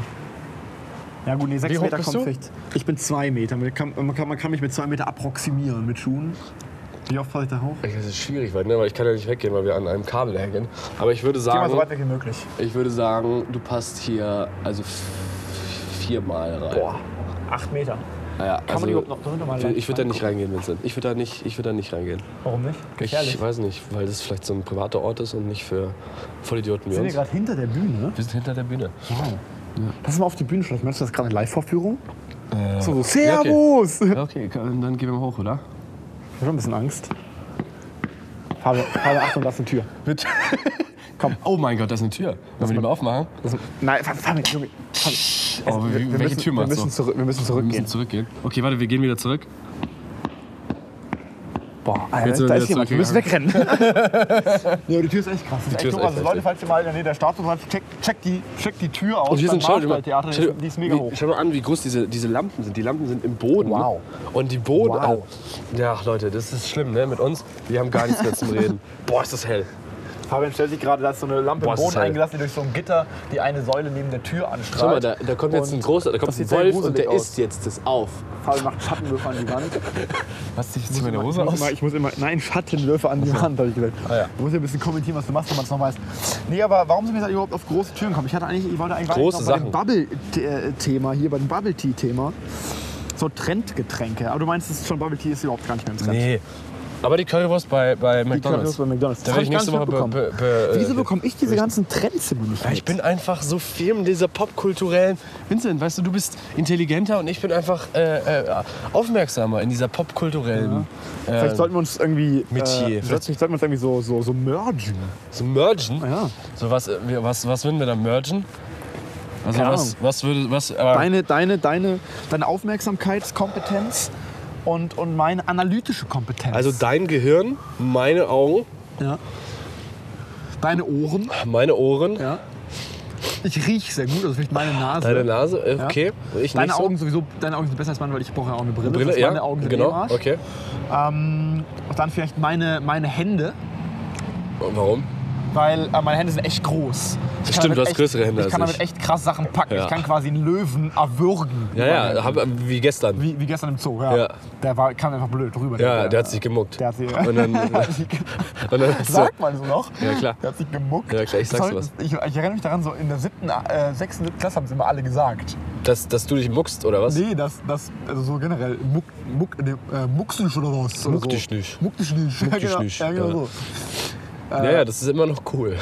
Ja gut, nee, Wie 6 hoch Meter bist kommt du? vielleicht. Ich bin 2 Meter. Man kann, man, kann, man kann mich mit 2 Meter approximieren mit Schuhen. Wie oft falle ich da hoch? Das ist schwierig, weil, ne, weil ich kann ja nicht weggehen, weil wir an einem Kabel hängen. Aber ich würde Geh mal so sagen, weit weg wie möglich. ich würde sagen, du passt hier also f- viermal rein. Boah, 8 Meter. Naja, Kann man überhaupt noch, soll man noch mal Ich, ich würde da reingucken? nicht reingehen, Vincent. Ich würde da nicht, ich würde da nicht reingehen. Warum nicht? Ich Gefährlich. weiß nicht, weil das vielleicht so ein privater Ort ist und nicht für Vollidioten wie Sind wir uns. gerade hinter der Bühne? Wir sind hinter der *laughs* Bühne. Lass mal auf die Bühne schauen. Meinst du das ist gerade eine Live-Vorführung? Äh, So, so ja, okay. Servus! Ja, Okay, kann- dann gehen wir mal hoch, oder? Ich hab schon ein bisschen Angst. Fabian, Fabian Achtung, da ist eine Tür. Bitte. *laughs* Komm. Oh mein Gott, da ist eine Tür. Wollen wir die mal aufmachen? Das ist- Nein, Fa- Fabian, Junge. Fabian. Oh, wie- welche müssen, wir Tür machst du? müssen, zurück, wir müssen Wir zurückgehen. müssen zurückgehen. Okay, warte, wir gehen wieder zurück. Boah, Alter, Jetzt sind da wir ist wieder jemand. Wir müssen wegrennen. *laughs* ja, die Tür ist echt krass. Das ist Tür echt ist hoch. echt Also Leute, heftig. falls ihr mal in der Nähe der Statue seid, checkt check die, checkt die Tür aus. Und hier beim sind schau dir mal, Marstalltheater, die schau, ist- die ist mega wie- hoch. schau mal an, wie groß diese, diese Lampen sind. Die Lampen sind im Boden. Wow. Und die Boden. Wow. Ja, Leute, das ist schlimm, ne? Mit uns. Wir haben gar nichts mehr zum *laughs* Reden. Boah, ist das hell. Fabian stellt sich gerade, da ist so eine Lampe im Boah, ist Boden das hell. eingelassen, die durch so ein Gitter die eine Säule neben der Tür anstrahlt. Schau mal, da, da kommt jetzt Und ein großer, da das kommt sieht ein sehr Wolf und der gruselig aus. isst jetzt das auf. Fabian macht Schattenwürfe an die Wand. Was, ziehst du meine Ich Hose muss, aus? immer, ich muss immer, nein, Schattenwürfe an die Wand, habe ich gesagt. Ah, ja. Du musst ja ein bisschen kommentieren, was du machst, wenn man es noch weiß. Nee, aber warum sind wir jetzt überhaupt auf große Türen gekommen? Ich, hatte eigentlich, ich wollte eigentlich war Große eigentlich noch bei dem Bubble-Thema hier, bei dem Bubble-Tea-Thema. So Trendgetränke. Aber du meinst, es ist schon Bubble-Tea ist überhaupt gar nicht mehr im Trend. Nee. Aber die Currywurst bei, bei Die können wir McDonalds. bei McDonalds. Da hab will ich gar nächste nicht Woche be, mitbekommen. be, be, Wieso äh, bekommen ich diese ganzen Trends immer nicht Ich mit? bin einfach so firm in dieser popkulturellen. Vincent, weißt du, du bist intelligenter und ich bin einfach äh, äh, aufmerksamer in dieser popkulturellen. Äh, Vielleicht sollten wir uns irgendwie. Metier. Äh, vielleicht sollten wir uns irgendwie so, so, so mergen. Ah so mergen. Ja. So was, äh, wir- was, was würden wir da mergen? Also Keine Ahnung. was, was würde was? Äh, deine, deine, deine, deine Aufmerksamkeitskompetenz und, und meine analytische Kompetenz. also dein Gehirn, meine Augen, ja. Deine Ohren. meine Ohren, Ja. Ich rieche sehr gut, also vielleicht meine Nase. deine Nase. äh, Okay. Ich Deine nicht so. Augen sowieso, deine Augen sind besser als meine, weil ich brauche ja auch eine Brille. Brille, also ja. meine Augen sind eh im genau. Arsch. Okay. Ähm, und dann vielleicht meine, meine Hände, Und Warum? weil äh, meine Hände sind echt groß. Ich kann Stimmt, damit du hast echt, größere Hände Ich kann als damit ich. echt krass Sachen packen. Ja. Ich kann quasi einen Löwen erwürgen. mit meinen Ja, ja. Händen. Hab, wie gestern. wie, wie gestern im Zoo, ja. Ja. Der war, kam einfach blöd drüber. Ja, der hat sich gemuckt. Der hat sich- *laughs* und *laughs* dann, *laughs* und dann Sagt man so noch? Ja, klar. Der hat sich gemuckt. Ja, klar, ich sag's Sollten- was. Ich, ich erinnere mich daran, so in der siebten, äh, sechsten, siebten Klasse haben sie immer alle gesagt. Dass, dass du dich muckst, oder was? Nee, das, das, also so generell, muck, muck, ne, äh, muckst du dich oder was? Oder Muck so. dich nicht. Muck dich nicht. Muck ja, dich genau, nicht, Ja, genau ja. so. Ja, Äh, ja, das ist immer noch cool.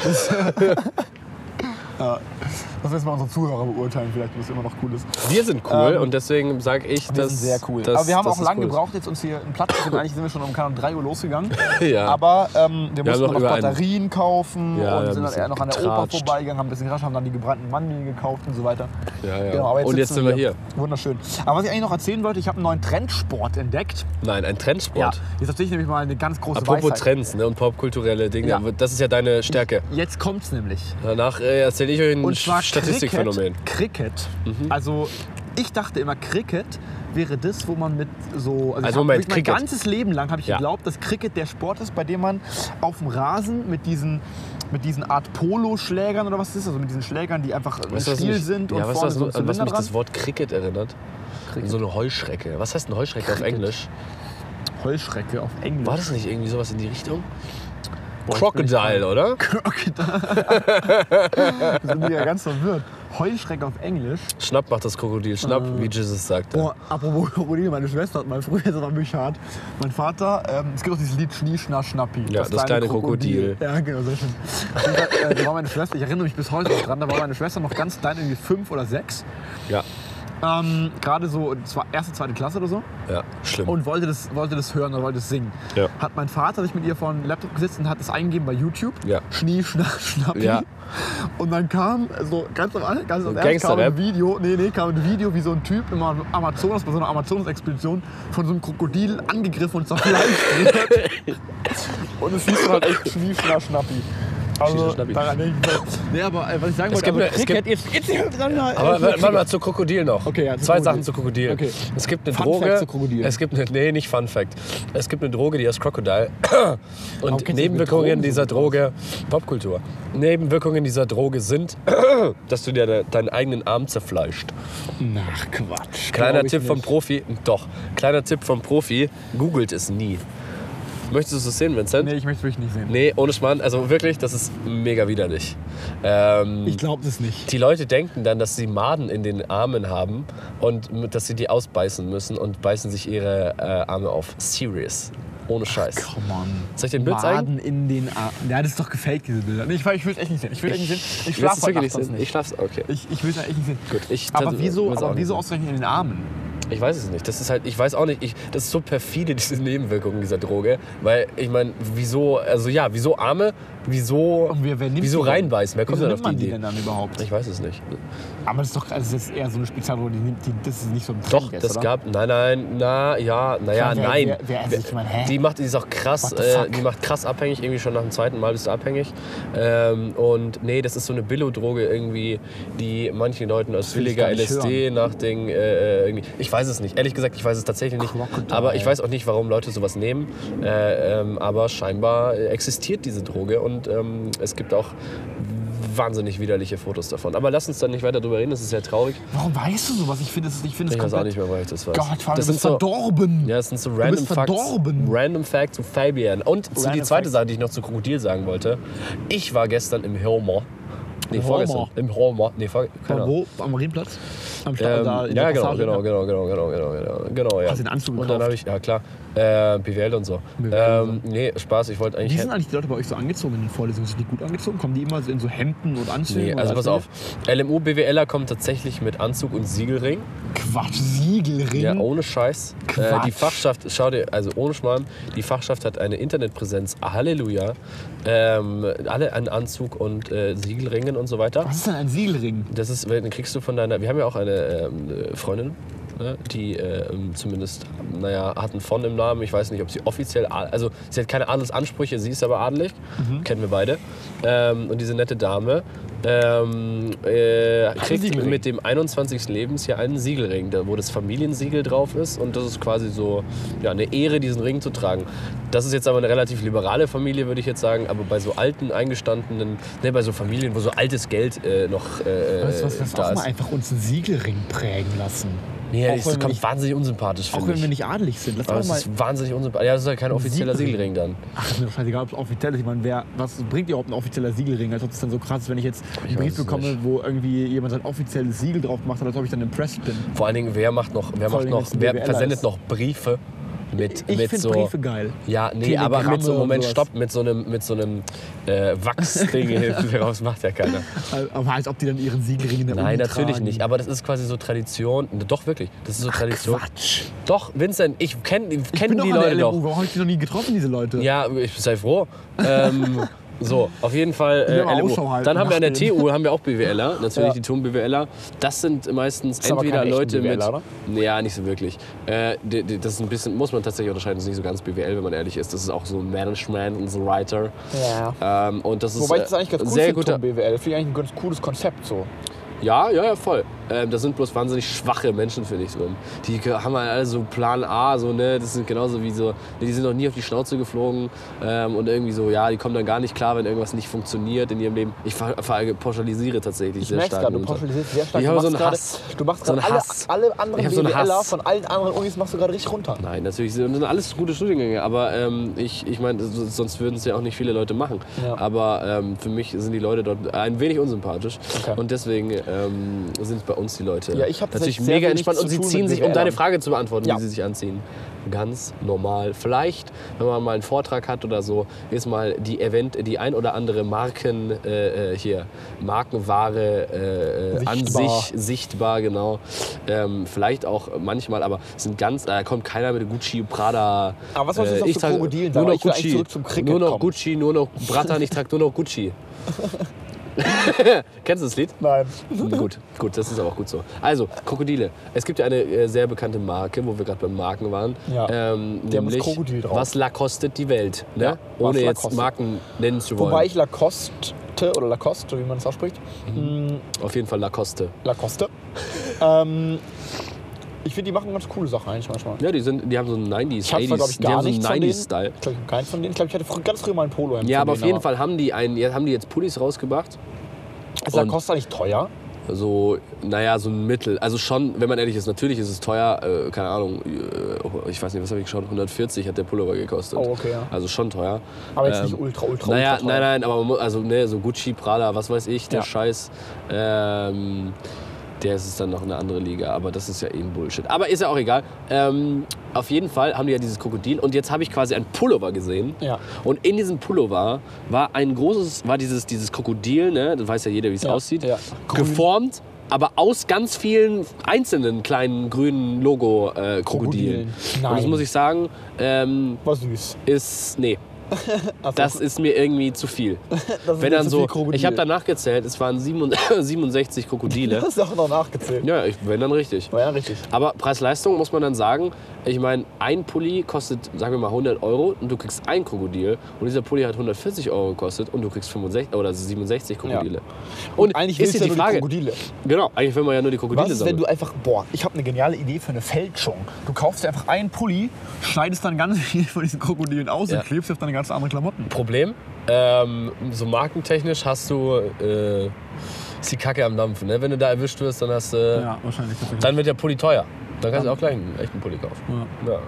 Das müssen wir unsere Zuhörer beurteilen, vielleicht, ob das immer noch cool ist. Wir sind cool Ähm, und deswegen sage ich, Wir dass. sind sehr cool. dass- aber wir haben dass auch es lange cool ist. gebraucht, jetzt uns hier einen Platz zu finden. Eigentlich sind wir schon um keine Ahnung, 3 Uhr losgegangen. *laughs* Ja. Aber ähm, wir, mussten noch noch über einen. Batterien kaufen Ja, wir und haben sind ein dann eher noch an der bisschen Oper getratscht. vorbeigegangen, haben ein bisschen gerascht, haben dann die gebrannten Mandeln gekauft und so weiter. Ja, ja. Genau, aber jetzt und jetzt sitzen sind wir hier. Wunderschön. Aber was ich eigentlich noch erzählen wollte, ich habe einen neuen Trendsport entdeckt. Nein, ein Trendsport. Jetzt erzähle ich nämlich mal eine ganz große Apropos Weisheit. Trends ne, und popkulturelle Dinge, Ja. das ist ja deine Stärke. Jetzt kommt's nämlich. Danach äh, erzähle ich euch ein Und zwar Statistikphänomen. Mhm. Cricket. Cricket. Also ich dachte immer, Cricket wäre das, wo man mit so... Also, ich hab Moment, wirklich mein Cricket. ganzes Leben lang habe ich Ja. geglaubt, dass Cricket der Sport ist, bei dem man auf dem Rasen mit diesen, mit diesen Art Poloschlägern oder was das ist, also mit diesen Schlägern, die einfach Weißt du, was im Stiel mich- sind und ja, weißt du, vorne was, so ein an was Zylinder mich dran. das Wort Cricket erinnert? So eine Heuschrecke. Was heißt ein Heuschrecke auf Englisch? Heuschrecke auf Englisch. War das nicht irgendwie sowas in die Richtung? Boah, ich bin *laughs* Crocodile, oder? Ich bin ja ganz verwirrt. Heuschrecke auf Englisch. Schnapp macht das Krokodil. Schnapp, Äh. wie Jesus sagte. Boah, Oh, apropos *laughs* Krokodil, meine Schwester hat mal früher, *laughs* das war mich hart, mein Vater, ähm, es gibt auch dieses Lied Schnie, Schna, Schnappi. Ja, das kleine Krokodil. Ja, genau, sehr schön. Und da, äh, da war meine Schwester, ich erinnere mich bis heute noch dran, da war meine Schwester noch ganz klein, irgendwie fünf oder sechs. Ja. Ähm, Gerade so, das war erste, zweite Klasse oder so. Ja, schlimm. Und wollte das, wollte das hören oder wollte das singen. Ja. Hat mein Vater sich mit ihr vor den Laptop gesetzt und hat es eingegeben bei YouTube. Ja. Schnie, Schnapp, *laughs* Schnappi. Ja. Und dann kam so ganz am Anfang, ganz am So Ernst, kam Gangster-Rap. ein Video, nee, nee, kam ein Video, wie so ein Typ im Amazonas, bei so einer Amazonas-Expedition von so einem Krokodil angegriffen und zerfleischt wird. *laughs* und es hieß dann halt echt Schnie, Schnapp, Schnappi. Schnie, Also, Schnapp, Schnappi. daran denke ich mir- Nee, aber äh, was ich sagen wollte, gibt also, eine- es Cricket, jetzt, jetzt, jetzt, Aber warte mal, zu Krokodil noch. Äh, Okay, ja, zu Zwei Krokodil. Sachen zu Krokodil. Okay. Es gibt eine Fun Droge. Fact zu Krokodil. Es gibt eine, nee, nicht Fun Fact. Es gibt eine Droge, die *coughs* heißt Crocodile. Warum Und kennst du mit Nebenwirkungen Drogen dieser so gut Droge, Popkultur, Nebenwirkungen dieser Droge sind, *coughs* dass du dir de- deinen eigenen Arm zerfleischst. Nach Quatsch. glaub Kleiner Genau, ich Tipp vom nicht. Profi, doch, kleiner Tipp vom Profi, googelt es nie. Möchtest du es sehen, Vincent? Nee, Nee. ich möchte es wirklich nicht sehen. ohne Schmarrn, also wirklich, das ist mega widerlich. Ähm, Ich glaube das nicht. Die Leute denken dann, dass sie Maden in den Armen haben und m- dass sie die ausbeißen müssen und beißen sich ihre äh, Arme auf. Serious. Ohne Scheiß. Come on. Soll ich dir ein Bild Maden in den Armen. Ja, das ist doch gefaked, diese Bilder. Nee, ich, ich will es echt nicht sehen. Ich will echt nicht sehen. Ich Willst du es schlafe wirklich nachts sehen? Ich schlaf's, okay. Ich, ich will es echt nicht sehen. Gut, ich- aber das- wieso, muss auch aber nicht wieso sein. ausgerechnet in den Armen? Ich weiß es nicht. Das ist halt, ich weiß auch nicht, ich, das ist so perfide, *laughs* diese Nebenwirkungen dieser Droge. Weil, ich meine, wieso, also ja, wieso Arme, wieso, Und wer- wer nimmt wieso die denn? reinbeißen? Wer kommt wieso denn nimmt auf die man die Idee? denn dann überhaupt? Ich weiß es nicht. aber das ist doch also das ist eher so eine Spezialrolle, die, nimmt- die, das ist nicht so ein Doch, Trend jetzt, das oder? gab, nein, nein, na, ja, naja, Ich meine, nein. wer- wer- also ich meine, hä? Die macht, die ist auch krass, What the fuck? äh, die macht krass abhängig, irgendwie schon nach dem zweiten Mal bist du abhängig. Ähm, und nee, das ist so eine Billo-Droge irgendwie, die manchen Leuten als will ich gar billiger nicht LSD nachdenken. Äh, äh, irgendwie. Ich weiß es nicht, ehrlich gesagt, ich weiß es tatsächlich nicht. Crocodile. Aber ich weiß auch nicht, warum Leute sowas nehmen. Äh, ähm, aber scheinbar äh, existiert diese Droge und ähm, es gibt auch wahnsinnig widerliche Fotos davon. Aber lass uns dann nicht weiter drüber reden, das ist ja traurig. Warum weißt du sowas? Ich finde es ich finde es Ich weiß auch komplett... nicht mehr, weil ich das weiß. Gott, Fabian, das du bist verdorben. Ja, das sind so bist random Facts. verdorben. Random Facts zu Fabian. Und zu die Random zweite Facts. Sache, die ich noch zu Krokodil sagen wollte. Ich war gestern im Homer. Nee, Im vorgestern. Homer? Im Homer. Nee, vor, keine Ahnung. Wo? Am Marienplatz? Am Stadion genau. Ähm, da in ja, der genau, Passage? ne? genau, genau, genau, genau, genau, genau, genau, ja. Hast du den Anzug Und dann gekauft? habe ich, ja klar, äh, BWL und so. BWL Ähm, nee, Spaß, ich wollte Wie eigentlich... sind eigentlich die Leute bei euch so angezogen in den Vorlesungen? Sind die gut angezogen? Kommen die immer so in so Hemden und Anzügen? Nee, oder also was? pass auf. LMU BWLer kommen tatsächlich mit Anzug und Siegelring. Quatsch, Siegelring. Ja, oh. ohne Scheiß. Äh, Quatsch. die Fachschaft, schau dir, also ohne Schmarrn, die Fachschaft hat eine Internetpräsenz. Halleluja. Ähm, alle an Anzug und äh, Siegelringen und so weiter. Was ist denn ein Siegelring? Das ist, dann kriegst du von deiner, wir haben ja auch eine ähm, äh, Freundin, ne, die äh, ähm, zumindest, naja, hat einen von im Namen. Ich weiß nicht, ob sie offiziell, ad- also sie hat keine Adelsansprüche, sie ist aber adelig, kennen wir beide. Ähm, und diese nette Dame ähm, äh, kriegt Siegelring. mit dem 21. Lebensjahr einen Siegelring, da, wo das Familiensiegel drauf ist. Und das ist quasi so ja, eine Ehre, diesen Ring zu tragen. Das ist jetzt aber eine relativ liberale Familie, würde ich jetzt sagen. Aber bei so alten, eingestandenen, ne, bei so Familien, wo so altes Geld äh, noch äh, Weißt du, was wir da auch ist. mal einfach uns einen Siegelring prägen lassen? Nee, auch das wenn wir kommt nicht- wahnsinnig unsympathisch, Auch finde wenn ich. wir nicht adelig sind. Lass aber doch es mal. ist wahnsinnig unsympathisch. Ja, das ist ja kein offizieller Siegelring. Siegelring dann. Ach, ist mir doch scheißegal, ob es offiziell ist. Ich meine, wer, was bringt dir überhaupt ein offizieller Siegelring? Als ob es dann so krass ist, wenn ich jetzt einen weiß Brief es bekomme, nicht. wo irgendwie jemand sein offizielles Siegel drauf macht, als ob ich dann impressed bin. Vor allen Dingen, wer macht noch, wer Vor macht allen noch, Dingen, dass ein wer BWLer versendet ist. noch Briefe mit, Ich mit finde so. Briefe geil. Ja, nee, aber mit Telegramme so und Moment, sowas. stopp, mit so einem, mit so einem äh, *laughs* Wachsding *laughs* daraus macht ja keiner. Äh, Aber als ob die dann ihren Siegelring in der Nein, Uni natürlich tragen. nicht. Aber das ist quasi so Tradition. Doch wirklich, das ist so Tradition. Quatsch. Doch, Vincent, ich kenne Ich kenn bin die doch an der Leute LMU. doch. Warum habe ich die noch nie getroffen, diese Leute? Ja, ich sei froh. *laughs* ähm, so, auf jeden Fall äh, aber LMU. Ausschau halten Dann haben wir an der nach denen. TU haben wir auch BWLer, natürlich Ja. die Turm BWLer. Das sind meistens aber entweder keine echten Leute mit BWLer, oder? Nee, Ja, nicht so wirklich. Äh, die- die- das ist ein bisschen muss man tatsächlich unterscheiden, das ist nicht so ganz BWL, wenn man ehrlich ist. Das ist auch so ein Management und so ein Writer. Ja. Ähm, und das ist Wobei ich das äh, eigentlich ganz cool sehr finde, guter Turm BWL. Finde ich eigentlich ein ganz cooles Konzept so. ja, ja, ja, voll. Ähm, da sind bloß wahnsinnig schwache Menschen, finde ich, drin. Die ge- haben halt alle so Plan A, so, ne, das sind genauso wie so, ne, die sind noch nie auf die Schnauze geflogen ähm, und irgendwie so, ja, die kommen dann gar nicht klar, wenn irgendwas nicht funktioniert in ihrem Leben. Ich ver ver pauschalisiere tatsächlich Ich sehr merk's stark. gerade, du momentan. pauschalisierst sehr stark. Ich du habe so einen machst gerade- Hass. Du machst so gerade einen alle, Hass. alle Ich anderen hab so einen BWLer Hass. von allen anderen Unis machst du gerade richtig runter. Nein, natürlich sind das sind alles gute Studiengänge, aber ähm, ich, ich meine, so- sonst würden es ja auch nicht viele Leute machen. Ja. Aber ähm, für mich sind die Leute dort ein wenig unsympathisch Okay. und deswegen ähm, sind es bei uns die Leute. Ja, ich hab natürlich tatsächlich sehr mega wenig entspannt zu und sie tun ziehen mit sich, um deine BWLern. Frage zu beantworten, Ja. wie sie sich anziehen. Ganz normal. Vielleicht, wenn man mal einen Vortrag hat oder so, ist mal die Event, die ein oder andere Marken äh, äh, hier, Markenware äh, äh, an Sichtbar. sich sichtbar, genau. Ähm, vielleicht auch manchmal, aber es sind ganz, da kommt keiner mit Gucci, Prada. Aber was wolltest du jetzt noch zu trage Krokodilen Nur sagen? noch Ich will eigentlich Gucci, zurück zum Cricket nur noch kommen. Gucci, nur noch Bratta, ich trage nur noch *laughs* Gucci. Kennst du das Lied? Nein. gut, gut, das ist aber auch gut so. Also, Krokodile. Es gibt ja eine äh, sehr bekannte Marke, wo wir gerade bei Marken waren. Ja. Ähm, Der muss nämlich, Krokodil drauf. Was La kostet die Welt? Ne? Ja, was Ohne La jetzt kostet. Marken nennen zu wollen. Wobei ich Lacoste oder Lacoste, wie man es ausspricht, mh, Auf jeden Fall Lacoste. *laughs* Lacoste. ähm, ich finde, die machen ganz coole Sachen eigentlich manchmal. Ja, die, sind, die haben so einen 90s, Ich habe zwar, 80s. glaube ich, die gar haben so einen nichts von denen. 90s-Style. Ich glaube, ich habe keinen von denen. Ich glaube, ich hatte frü- ganz früh mal ein Polo. Ja, aber auf jeden Fall haben die, einen, jetzt haben die jetzt Pullis rausgebracht. Ist Und- Lacoste nicht teuer? so, naja, so ein Mittel. Also schon, wenn man ehrlich ist, natürlich ist es teuer, äh, keine Ahnung, äh, ich weiß nicht, was habe ich geschaut, 140 hat der Pullover gekostet. Oh, okay, ja. Also schon teuer. Aber jetzt nicht ultra, ultra, Ähm, naja, ultra teuer. Nein, nein, aber man muss, also, ne, so Gucci, Prada, was weiß ich, der Ja. Scheiß, ähm, der ist es dann noch eine andere Liga, aber das ist ja eben Bullshit. Aber ist ja auch egal. Ähm, auf jeden Fall haben die ja dieses Krokodil und jetzt habe ich quasi einen Pullover gesehen. Ja. Und in diesem Pullover war ein großes, war dieses, dieses Krokodil, ne, das weiß ja jeder, wie es Ja, aussieht, ja. Grün. geformt, aber aus ganz vielen einzelnen kleinen grünen Logo-Krokodilen. Krokodilen. Nein. Und das muss ich sagen, ähm, War süß. *laughs* ist, nee, Also, das ist mir irgendwie *laughs* zu viel. das ist Wenn mir dann zu so, viel Krokodil. ich habe danach gezählt, es waren *laughs* 67 Krokodile. Das ist auch noch nachgezählt. Ja, ich, wenn dann richtig. War ja richtig. Aber Preis-Leistung muss man dann sagen, ich meine, ein Pulli kostet, sagen wir mal, 100 Euro und du kriegst ein Krokodil. Und dieser Pulli hat 140 Euro gekostet und du kriegst 65 oder 67 Krokodile. Und, Eigentlich ist willst ja du die ja nur Frage. die Krokodile. Genau, eigentlich will man ja nur die Krokodile Was ist, wenn sammeln. du einfach, boah, ich habe eine geniale Idee für eine Fälschung. Du kaufst dir einfach einen Pulli, schneidest dann ganz *laughs* viel von diesen Krokodilen aus Ja. und klebst auf deine ganz andere Klamotten. Problem, ähm, so markentechnisch hast du, äh, ist die Kacke am Dampfen. Ne? Wenn du da erwischt wirst, dann hast du, wahrscheinlich. dann wird der Pulli teuer. Dann kannst du auch gleich einen echten Pulli kaufen. Ja.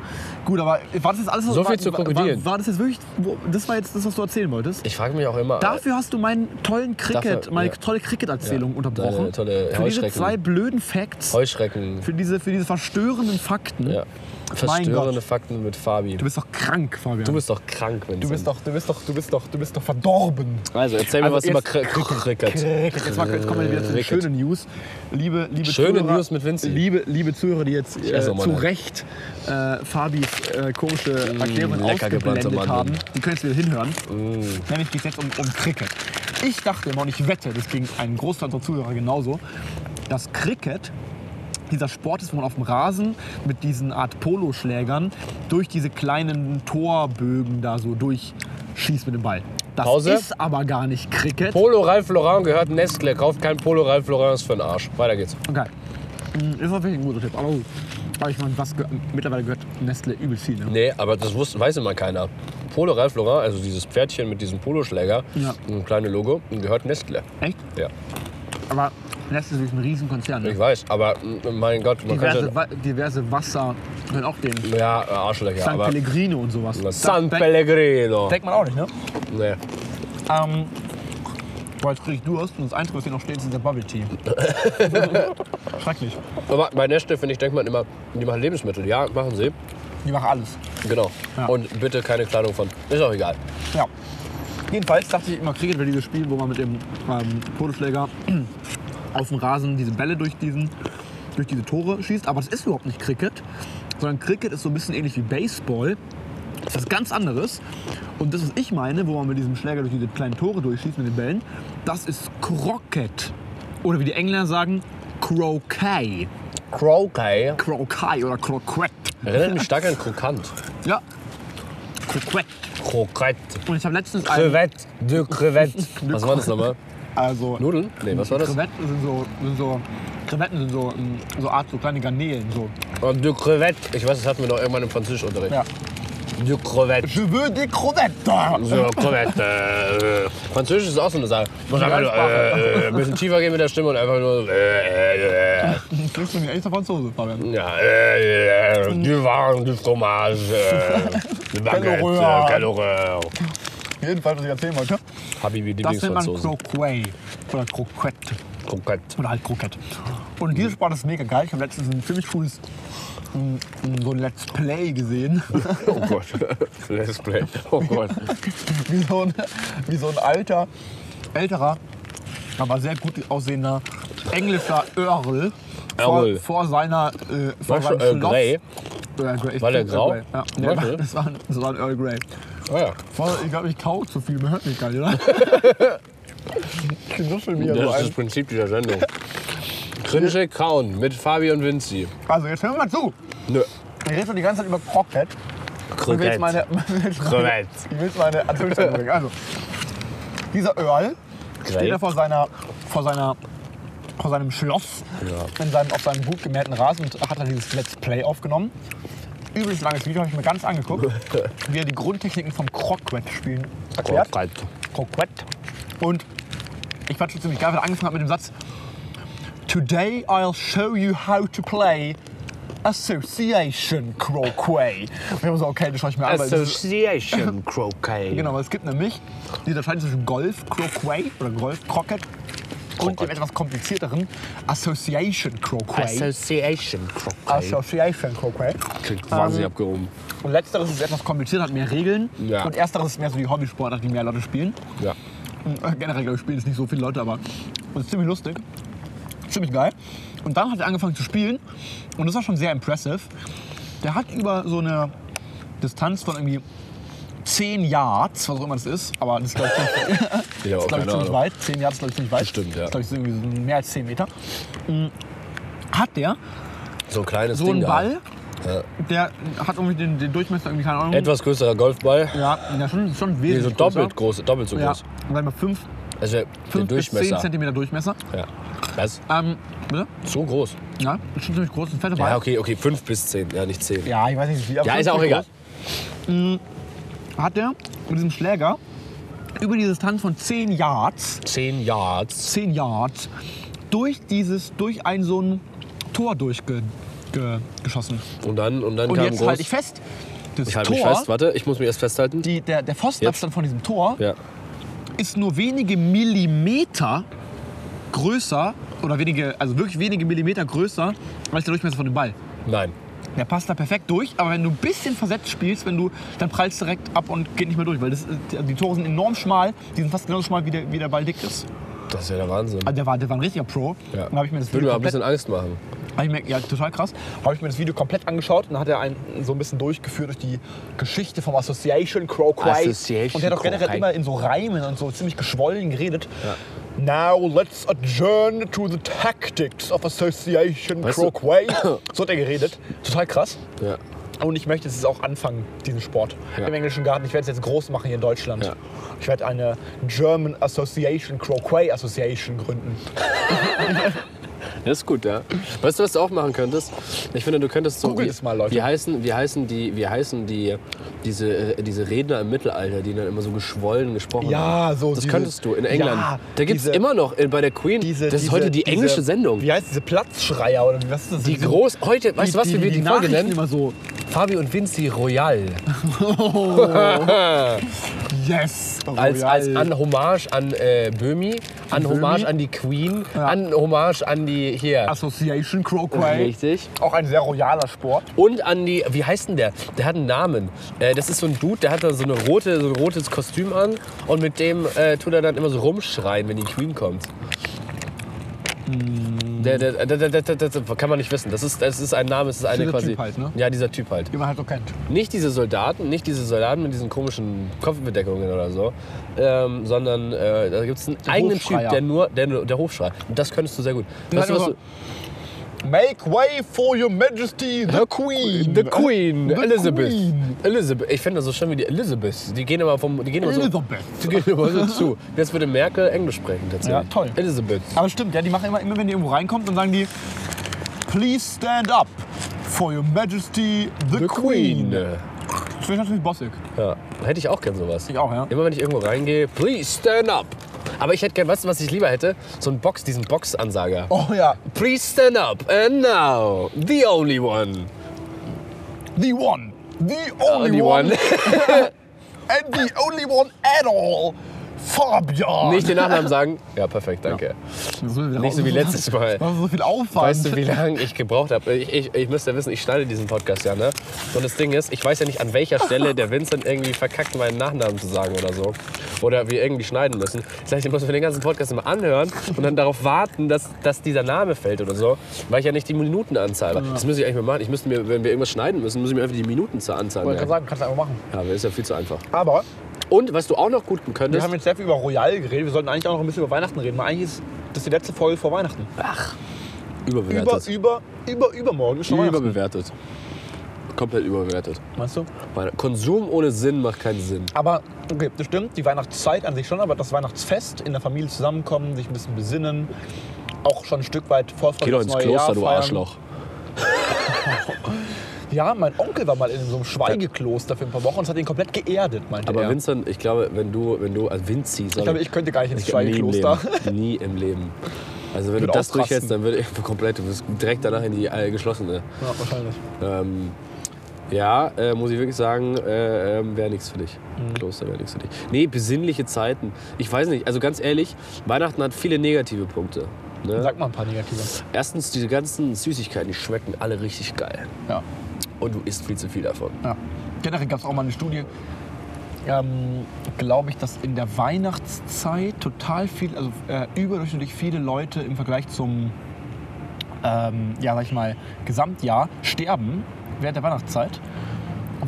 Gut, aber war das jetzt alles... So viel war, zu war- Krokodilen. War, war das jetzt wirklich... wo- Das war jetzt das, was du erzählen wolltest? Ich frage mich auch immer, Dafür hast du meinen tollen Cricket, Dafür, meine ja. tolle Cricket-Erzählung Ja, unterbrochen. deine tolle für diese Heuschrecken. zwei blöden Facts, Heuschrecken, für diese, für diese verstörenden Fakten. ja. Mein verstörende Gott. Fakten mit Fabi. Du bist doch krank, Fabian. Du bist doch krank, wenn Du bist doch, du bist doch, du bist doch, du bist doch verdorben. Also erzähl mir Also was über jetzt- Kr- Kr- Cricket. *laughs* Jetzt, mal, jetzt kommen wir wieder zu den Cricket. schönen News. Liebe, liebe Schöne Zuhörer, News mit Vinci. Liebe, liebe Zuhörer, die jetzt äh, esse zu auch mal eine. Mm, Recht äh, Fabis äh, komische Erklärung lecker Mm. gebrannte ausgeblendet haben, Mandeln. die können jetzt wieder hinhören. Nämlich geht es jetzt um, um Cricket. Ich dachte immer und ich wette, das ging einen Großteil unserer Zuhörer genauso, dass Cricket dieser Sport ist, wo man auf dem Rasen mit diesen Art Poloschlägern durch diese kleinen Torbögen da so durchschießt mit dem Ball. Das Pause. ist aber gar nicht Cricket. Polo Ralph Lauren gehört Nestle. Kauft kein Polo Ralph Lauren, ist für den Arsch. Weiter geht's. Okay. Mm, Ist natürlich ein guter Tipp, aber gut. Aber ich meine, was gehört- mittlerweile gehört Nestle übelst viel, ne? Nee, aber das wusste, weiß immer keiner. Polo Ralph Lauren, also dieses Pferdchen mit diesem Poloschläger, Ja. ein kleines Logo, gehört Nestle. Echt? Ja, Aber Nestle ist wirklich ein Riesenkonzern, ich ne? weiß. Aber mm, mein Gott, man Diverse, kann Wa diverse Wasser können auch den. ja... Ja, Arschlöcher, San aber... Pellegrino und sowas. San Da- Pellegrino. Denkt man auch nicht, ne? Nee. Ähm, boah, jetzt krieg ich Durst und das Einzige, was hier noch steht, ist der Bubble *laughs* Tea. Schrecklich. Aber bei Nestle, finde ich, denkt man immer, die machen Lebensmittel. Ja, machen sie. Die machen alles. Genau. Ja. Und bitte keine Kleidung von. Ist auch egal. Ja. Jedenfalls dachte ich immer, Cricket wäre dieses Spiel, wo man mit dem ähm, Todesschläger *clears throat* auf dem Rasen diese Bälle durch, diesen, durch diese Tore schießt. Aber das ist überhaupt nicht Cricket, sondern Cricket ist so ein bisschen ähnlich wie Baseball. Das ist was ganz anderes. Und das, was ich meine, wo man mit diesem Schläger durch diese kleinen Tore durchschießt mit den Bällen, das ist Croquet. Oder wie die Engländer sagen, Croquet. Croquet Croquet oder Croquet. erinnert mich stark an Krokant. Ja. Croquet. Croquette. Und ich habe letztens einen, Crevette. De Crevette. Was war das nochmal? also Nudeln? Nee, was war das? Krevetten sind so, sind so Krevetten sind so, ähm, so Art so kleine Garnelen so. Oh, De Crevette. Ich weiß, das hatten wir noch irgendwann im Französischunterricht. Ja. De Crevette. Je veux des crevettes. So, Crevette. äh, Französisch ist auch so eine Sache. Muss einfach nur äh, äh, ein bisschen tiefer gehen mit der Stimme und einfach nur. Äh, äh, äh. Das klingt schon wie ein echter Franzose, Fabian. Ja, äh, äh, du Wagen, du Fromage. Äh, de Baguette, horreur. äh, quelle horreur. Jedenfalls, was ich erzählen wollte. Habibi, Das nennt man Lieblingsfranzosen. Croquet oder Croquette Croquette. oder halt Croquette. Und diese Sport ist mega geil. Ich habe letztens ein ziemlich cooles mm, mm, so ein Let's Play gesehen. Oh Gott. Let's play. Oh Gott. wie, so ein, wie so ein alter, älterer, aber sehr gut aussehender englischer Earl vor, Earl. vor seiner äh, vor Weißt du, seinem Earl Schloss- Grey? Earl Grey. ich War der glaub, grau? Earl Grey. Ja, Weißt nee, *laughs* du? das, war, ein- das war ein Earl Grey. Ah ja. Vor, ich glaube, ich kau zu viel, man hört mich gar nicht, oder? *laughs* Ich knuffel mir so Das ist ein. das Prinzip dieser Sendung. Cringe Kauen mit Fabi und Vinci. Also, jetzt hör mal zu. Nö. Ich rede schon die ganze Zeit über Croquette. Ich will jetzt meine, *laughs* Korrekt. ich will jetzt meine Erzählstelle bringen. Also, dieser Earl steht da vor, seiner, vor, seiner, vor seinem Schloss, in seinem, auf seinem gut gemähten Rasen und hat dann dieses Let's Play aufgenommen. Übelst langes Video, habe ich mir ganz angeguckt, wie er die Grundtechniken vom Croquet-Spielen erklärt. Korrekt. Croquet. Und ich fand schon ziemlich geil, weil er angefangen hat mit dem Satz Today I'll show you how to play Association Croquet. Und ich war so, okay, das schaue ich mir an, weil das ist, *laughs* Association Croquet. Genau, weil es gibt nämlich die Unterscheidung zwischen Golf Croquet oder Golf Croquet und dem etwas komplizierteren Association Croquet. Association Croquet. Association Croquet. Klingt wahnsinnig Ähm, abgehoben. Und letzteres ist etwas komplizierter, hat mehr Regeln. Ja. Und ersteres ist mehr so die Hobbysportart, die mehr Leute spielen. Ja. Und, äh, Generell, glaube ich, spielen es nicht so viele Leute, aber es ist ziemlich lustig. Ziemlich geil. Und dann hat er angefangen zu spielen. Und das war schon sehr impressive. Der hat über so eine Distanz von irgendwie 10 Yards, was auch immer das ist, aber das ist, glaube ich, ziemlich- *laughs* Ja, Das ist, glaube ich, keine ziemlich Ahnung. weit. 10 Yards, glaube ich, ziemlich weit. Bestimmt, ja. Das, glaube ich, sind irgendwie so mehr als 10 Meter. Mm, Hat der So ein kleines so Ding einen da. Ball, Ja. der hat irgendwie den, den Durchmesser, irgendwie, keine Ahnung. Etwas größerer Golfball. ja, ja, schon, schon wesentlich Nee, so doppelt größer. groß, doppelt so Ja, groß. sagen wir mal 5 Also der bis 10 Durchmesser. cm Durchmesser. Ja. Was? Ähm, bitte? So groß. Ja, das ist schon ziemlich groß, ein fetter Ball. Ja, okay, okay, 5 bis 10, ja, nicht 10. Ja, ich weiß nicht, wie aber Ja, ist schon auch ziemlich egal. groß. Hat der mit diesem Schläger über die Distanz von 10 Yards, 10 Yards. 10 Yards, durch dieses, durch ein so ein Tor durchgeschossen. Ge, geschossen. Und dann, und dann Und kam jetzt groß. halte ich fest, das Ich halte mich Tor, fest, warte, ich muss mich erst festhalten. die, der, der Pfostenabstand von diesem Tor Ja. ist nur wenige Millimeter größer oder wenige, also wirklich wenige Millimeter größer als der Durchmesser von dem Ball. Nein. Der passt da perfekt durch, aber wenn du ein bisschen versetzt spielst, wenn du, dann prallst direkt ab und geht nicht mehr durch, weil das, äh, die Tore sind enorm schmal, die sind fast genauso schmal, wie der, wie der Ball dick ist. Das ist ja der Wahnsinn. Also der war, der war ein richtiger Pro. Ja. Dann habe ich mir das Video Würde mir ein komplett bisschen Angst machen. Hab ich mir, ja, total krass. Habe ich mir das Video komplett angeschaut und dann hat er einen so ein bisschen durchgeführt durch die Geschichte vom Association Croquet. Association und der hat auch generell Croquet. immer in so Reimen und so ziemlich geschwollen geredet. Now let's adjourn to the tactics of Association Weißt du- Croquet. *coughs* So hat er geredet. Total krass. Ja. Und ich möchte es auch anfangen, diesen Sport Ja. im englischen Garten. Ich werde es jetzt groß machen hier in Deutschland. Ja. Ich werde eine German Association Croquet Association gründen. Das ist gut, ja. Weißt du, was du auch machen könntest? Ich finde, du könntest so. Google wie, das mal, Leute. Wie heißen, wie heißen die, wie heißen die, diese, äh, diese Redner im Mittelalter, die dann immer so geschwollen gesprochen haben? Ja, so Das diese- könntest du in England. Ja, da gibt es diese- immer noch äh, bei der Queen. Diese- das ist diese- heute die diese- englische Sendung. Wie heißt diese Platzschreier oder wie- was ist das? Die Diese- groß. Heute, weißt du, was wir die, die, die, Folge Nachrichten nennen? immer so. Fabi und Vinci Royal. Yes. Als, Royal. als an Hommage an äh, Böhmi, an Böhmi? Hommage an die Queen, Ja. an Hommage an die hier. Association Croquet. Richtig. Auch ein sehr royaler Sport. Und an die, wie heißt denn der? Der hat einen Namen. Äh, das ist so ein Dude, der hat da so, eine rote, so ein rotes Kostüm an und mit dem äh, tut er dann immer so rumschreien, wenn die Queen kommt. Mm. Der, der, der, der, der, der, der, kann man nicht wissen. Das ist, das ist ein Name, es ist eine Dieser quasi. Typ halt, ne? Ja, dieser Typ halt. Den man halt so kennt. Nicht diese Soldaten, nicht diese Soldaten mit diesen komischen Kopfbedeckungen oder so, ähm, sondern äh, da gibt es einen eigenen Typ, Hofschreier. der nur, der, nur- der Hofschrei. Und das könntest du sehr gut. Der Weißt du, hat was immer du, Make way for your majesty, the queen. The Queen, The Elizabeth. Queen. Elizabeth. Ich finde das so schön wie die Elizabeth. Die gehen immer vom. Die gehen immer so, Elizabeth. die gehen immer so zu. Jetzt würde Merkel Englisch sprechen tatsächlich. Ja, toll. Elizabeth. Aber stimmt, ja, die machen immer, immer wenn die irgendwo reinkommt, dann sagen die, please stand up for your majesty, the, The queen. Queen. Das finde ich natürlich bossig. Ja, hätte ich auch gern sowas. Ich auch, ja. Immer wenn ich irgendwo reingehe, please stand up. Aber ich hätte gern, weißt du, was ich lieber hätte? So einen Box, diesen Box-Ansager. Oh ja, Please stand up and now, the only one. the Oh, one, the only, *laughs* Only one. one. and the only one at all. Fabian! Nicht den Nachnamen sagen. Ja, perfekt, danke. Nicht so wie letztes Mal. Das war so viel Aufwand. Weißt du, wie lange ich gebraucht habe? Ich, ich, ich müsste ja wissen, ich schneide diesen Podcast ja, ne? Und das Ding ist, ich weiß ja nicht, an welcher Stelle der Vincent irgendwie verkackt, meinen Nachnamen zu sagen oder so. Oder wir irgendwie schneiden müssen. Das heißt, ich muss mir den ganzen Podcast immer anhören und dann darauf warten, dass, dass dieser Name fällt oder so. Weil ich ja nicht die Minutenanzahl habe. Das müsste ich eigentlich mal machen. Ich müsste mir, wenn wir irgendwas schneiden müssen, müssen wir einfach die Minutenzahl anzahlen. Wollte gerade Ja, sagen, kannst du einfach machen. aber ist ja viel zu einfach. Aber Und was du auch noch gut wir könntest. haben jetzt sehr viel über Royal geredet. Wir sollten eigentlich auch noch ein bisschen über Weihnachten reden. Weil eigentlich ist das die letzte Folge vor Weihnachten. ach, Über, überbewertet. über, über, übermorgen ist schon Weihnachten. überbewertet. Komplett überbewertet. Meinst du? Weil Konsum ohne Sinn macht keinen Sinn. Aber, okay, das stimmt, die Weihnachtszeit an sich schon, aber das Weihnachtsfest, in der Familie zusammenkommen, sich ein bisschen besinnen, auch schon ein Stück weit Vorfreude Geh doch aufs ins neue Kloster, Jahr du feiern. Arschloch. Ja, mein Onkel war mal in so einem Schweigekloster für ein paar Wochen und es hat ihn komplett geerdet, meinte Aber er. Vincent, ich glaube, wenn du, wenn du, also Vinci, ich glaube, ich könnte gar nicht ins nie im Schweigekloster. Leben. Nie im Leben. Also wenn Würde du das ausrasten. durchhältst, dann würde ich *laughs* komplett, du bist direkt danach in die äh, geschlossene. Ja, wahrscheinlich. Ähm, ja, äh, muss ich wirklich sagen, äh, ähm, wäre nichts für dich. Mhm. Kloster wäre nichts für dich. Nee, besinnliche Zeiten. Ich weiß nicht, also ganz ehrlich, Weihnachten hat viele negative Punkte. Ne? Sag mal ein paar negative. Erstens, diese ganzen Süßigkeiten, die schmecken alle richtig geil. Ja. Und du isst viel zu viel davon. Ja. Generell gab es auch mal eine Studie, ähm, glaube ich, dass in der Weihnachtszeit total viel, also äh, überdurchschnittlich viele Leute im Vergleich zum, ähm, ja, sag ich mal, Gesamtjahr sterben während der Weihnachtszeit,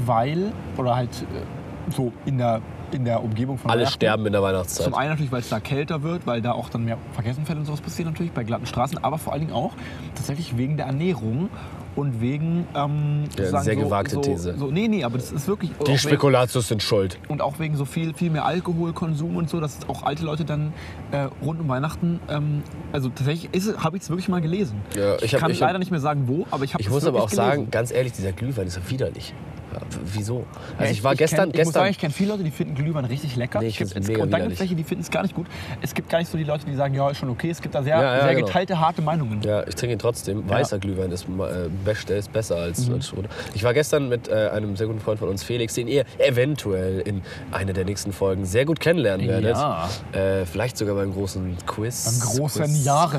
weil, oder halt äh, so in der, in der Umgebung von Alle Weihnachten. sterben in der Weihnachtszeit. Zum einen natürlich, weil es da kälter wird, weil da auch dann mehr Verkehrsunfälle und sowas passieren natürlich bei glatten Straßen, aber vor allen Dingen auch tatsächlich wegen der Ernährung und wegen ähm, Ja, sozusagen sehr gewagte so, These. So, nee, nee, aber das ist wirklich auch Die wegen, Spekulatius sind schuld. und auch wegen so viel viel mehr Alkoholkonsum und so, dass auch alte Leute dann äh, rund um Weihnachten, ähm, also tatsächlich habe ich es wirklich mal gelesen. Ja, ich hab- kann ich hab- leider nicht mehr sagen wo, aber ich habe Ich muss aber auch sagen, ganz ehrlich, dieser Glühwein ist ja widerlich. Ja, w- wieso? Also ich war kenn, gestern, Ich muss gestern sagen, ich kenne viele Leute, die finden Glühwein richtig lecker. Nee, ich Es gibt- find's es- mega und dann gibt es widerlich. welche, die finden es gar nicht gut. Es gibt gar nicht so die Leute, die sagen, ja, ist schon okay. Es gibt da sehr, Ja, ja, sehr genau. geteilte, harte Meinungen. ja, ich trinke ihn trotzdem. Weißer Glühwein ist, ma- äh, best- ist besser als, Mhm. als roter. Ich war gestern mit äh, einem sehr guten Freund von uns, Felix, den ihr eventuell in einer der nächsten Folgen sehr gut kennenlernen werdet. Ja. Äh, vielleicht sogar beim großen Quiz. Beim großen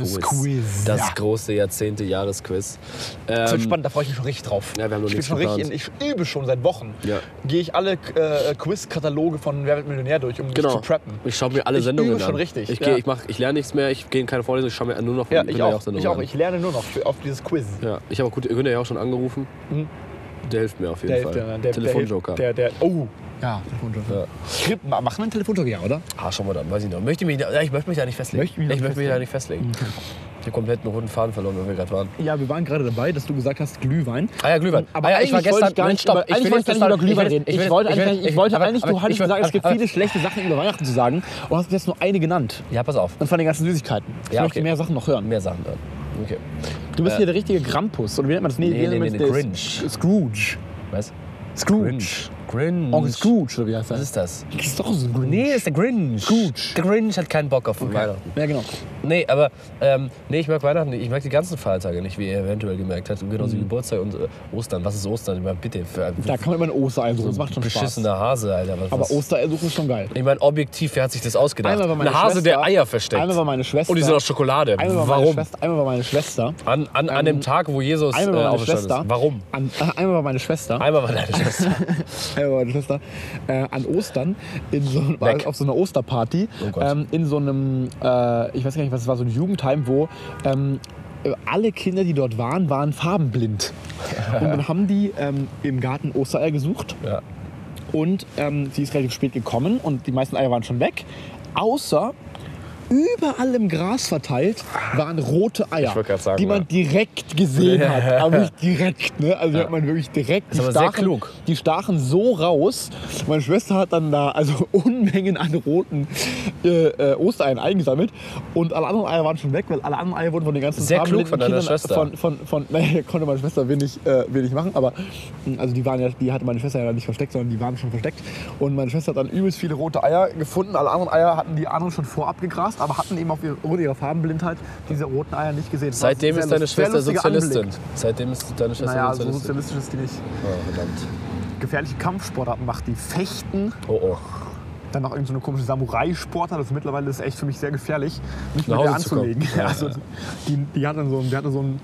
Jahresquiz, Das ja. große Jahrzehnte-Jahresquiz. Das wird Ähm, spannend, da freue ich mich schon richtig drauf. Ja, wir haben noch ich, bin nichts schon richtig in, geplant. ich übe schon seit Wochen. Ja. Gehe ich alle äh, Quiz-Kataloge von Wer wird Millionär durch, um mich Genau. zu preppen. Ich schaue mir alle Ich Sendungen übe schon an. richtig, Ich, ja. geh, ich, mach, ich lerne nichts mehr, ich gehe in keine Vorlesung, ich schaue mir nur noch ja, ich Günther auch. Jauch-Sendungen Ich auch. an. Ich lerne nur noch für, auf dieses Quiz. Ja, ich habe auch gut, Günther Jauch schon angerufen. Der hilft mir auf jeden Mhm. Der Fall. hilft dir, ne? der, Telefonjoker. Der, der, der, oh. Ja, Telefonjoker. Krippen- machen wir einen Telefonjoker, ja, oder? ah, schau mal dann, weiß ich noch. Möchte mich, da- ich möchte mich da nicht festlegen. Möchte mich Mhm. da ich nicht möchte mich da nicht festlegen. Ich habe komplett einen roten Faden verloren, wo wir gerade waren. Ja, wir waren gerade dabei, dass du gesagt hast, Glühwein. Ah ja, Glühwein. Aber ah, ja, eigentlich wollte ich gar Nein, nicht stopp. über, eigentlich wollte ich will gar jetzt nicht über das- Glühwein will- reden. Ich, will- wollte will- eigentlich, ich will- wollte aber- eigentlich aber- du hattest ich will- gesagt, es gibt aber- viele schlechte Sachen über Weihnachten zu sagen und hast jetzt nur eine genannt. *laughs* Ja, pass auf. Und von den ganzen Süßigkeiten. Ich Ja, möchte okay. mehr Sachen noch hören. Mehr Sachen dann. Okay. Du bist hier der richtige Grampus. Oder wie nennt man das? Nee, wie nee, nennt man nee, das? nee, Der Grinch. Scrooge. Was? Scrooge. Grinch. Onkel Scrooge, oder wie heißt Was das? ist das? Das ist doch so ein Grinch. Nee, ist der Grinch. Scrooge. Der Grinch hat keinen Bock auf Weihnachten. Ja, genau. Nee, aber ähm, nee, ich mag Weihnachten nicht. Ich mag die ganzen Feiertage nicht, wie ihr eventuell gemerkt habt. Und Genauso wie Geburtstag und äh, Ostern. Was ist Ostern? Ich meine, bitte. Für, Mhm. Da kann man immer ein Osterei suchen. Das macht schon Spaß. beschissener Hase, Alter. Was, Aber was? Osterei suchen ist schon geil. Ich meine, objektiv, wer hat sich das ausgedacht? Einmal war meine Ein Hase, Schwester- der Eier versteckt. Einmal war meine Schwester. Und die sind aus Schokolade. Einmal war meine Warum? Schwester. Einmal war meine Schwester. An, an, an dem Tag, wo Jesus äh, Einmal war meine auferstanden Schwester. ist. Warum? An, *laughs* äh, einmal war meine Schwester. Einmal war deine Schwester. *laughs* Einmal war meine Schwester. Äh, an Ostern in so, Weg. auf so einer Osterparty. Oh Gott. ähm, in so einem, äh, ich weiß gar nicht, was es war, so ein Jugendheim, wo ähm, äh, alle Kinder, die dort waren, waren farbenblind. Und dann haben die ähm, im Garten Ostereier gesucht. ja. Und ähm, sie ist relativ spät gekommen und die meisten Eier waren schon weg. Außer überall im Gras verteilt waren rote Eier, Ich wollte gerade sagen, die man ja. direkt *laughs* gesehen hat. Aber nicht direkt, ne? Also die hat man wirklich direkt. Die aber sehr klug. die stachen so raus. Meine Schwester hat dann da also *laughs* Unmengen an roten äh, äh, Ostereien eingesammelt. Und alle anderen Eier waren schon weg, weil alle anderen Eier wurden von den ganzen Sehr farbenblinden klug von deiner Kindern Schwester. Von, von, von, *laughs* naja, konnte meine Schwester wenig, äh, wenig machen, aber mh, also die, waren ja, die hatte meine Schwester ja nicht versteckt, sondern die waren schon versteckt. Und meine Schwester hat dann übelst viele rote Eier gefunden. Alle anderen Eier hatten die anderen schon vorab gegrast, aber hatten eben auf ihre, aufgrund ihrer Farbenblindheit diese roten Eier nicht gesehen. Das war Seitdem ein sehr ist deine lust- sehr Schwester lustiger Sozialistin. Anblick. Seitdem ist deine Schwester Naja, so Sozialistin. sozialistisch ist die nicht. oh, verdammt. Gefährliche Kampfsportarten macht die. Fechten, Oh, oh. Dann noch irgendeine so eine komische Samurai-Sportler. Das ist mittlerweile das ist echt für mich sehr gefährlich, mich mit Nach der Hause zu anzulegen. kommen. Ja, *laughs* also, die, die hat dann so, die hatte so einen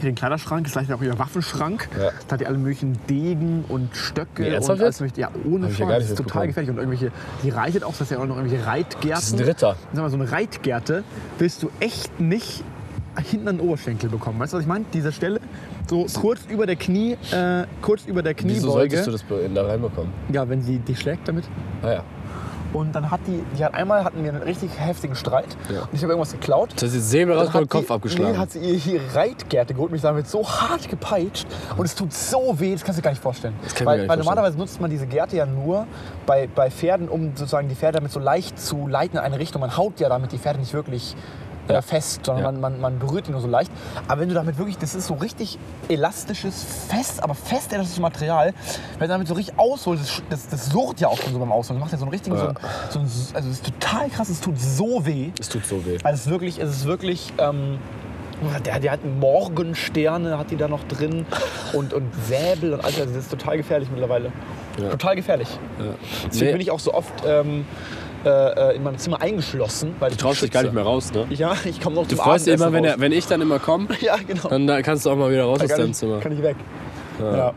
hier den Kleiderschrank, ist gleich auch ihr Waffenschrank. Ja. Da hat die alle möglichen Degen und Stöcke Nee, und ernsthaft alles jetzt? mögliche. Ja, ohne Hab ich ja Scheiß. gar das nicht ist total mitbekommen. gefährlich. Und irgendwelche, die reitet auch, das ist ja auch noch irgendwelche Reitgärten. Das ist ein Ritter. Sag mal, so eine Reitgerte willst du echt nicht hinten an den Oberschenkel bekommen. Weißt du, was ich meine? Diese Stelle, so kurz über der Knie, äh, kurz über der Kniebeuge. Wieso solltest du das be- da reinbekommen? ja, wenn sie dich schlägt damit. Ah ja. Und dann hat die, die hat einmal hatten wir einen richtig heftigen Streit. Ja. Und ich habe irgendwas geklaut. Das ist jetzt Säbel raus Dann Also und hat Kopf sie- abgeschlagen. Nee, hat sie ihr hier Reitgerte geholt, mich damit so hart gepeitscht und es tut so weh, das kannst du dir gar nicht vorstellen. Das kann ich mir weil gar nicht weil vorstellen. normalerweise nutzt man diese Gerte ja nur bei, bei Pferden, um sozusagen die Pferde damit so leicht zu leiten in eine Richtung. Man haut ja damit die Pferde nicht wirklich äh, fest, sondern Ja. man, man, man berührt die nur so leicht. Aber wenn du damit wirklich, das ist so richtig elastisches, fest, aber fest elastisches Material, wenn du damit so richtig ausholst, das, das, das surrt ja auch schon so beim Ausholen. Du machst ja so einen richtigen, so, einen, so einen, also das ist total krass, es tut so weh. Es tut so weh. Also es ist wirklich, es ist wirklich. Ähm, der, der hat Morgensterne, hat die da noch *laughs* drin und, und Säbel und alles. Also das ist total gefährlich mittlerweile. Total gefährlich. Deswegen Nee. bin ich auch so oft ähm, äh, äh, in meinem Zimmer eingeschlossen. Weil Du traust dich gar nicht mehr raus, ne? Ja, *laughs* ich komme noch Du zum freust dich Abendessen immer, wenn, raus. *laughs* er, wenn ich dann immer komme, Ja, genau. dann da kannst du auch mal wieder raus aus kann, deinem ich, Zimmer. kann ich weg. Ja.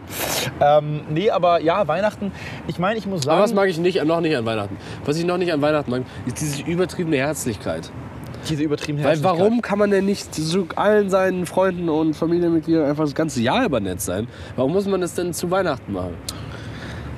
Ähm, nee, aber ja, Weihnachten. Ich meine, ich muss sagen. Aber was mag ich nicht, noch nicht an Weihnachten? Was ich noch nicht an Weihnachten mag, ist diese übertriebene Herzlichkeit. diese übertriebene Weil Herzlichkeit. warum kann man denn nicht zu allen seinen Freunden und Familienmitgliedern einfach das ganze Jahr über nett sein? Warum muss man das denn zu Weihnachten machen?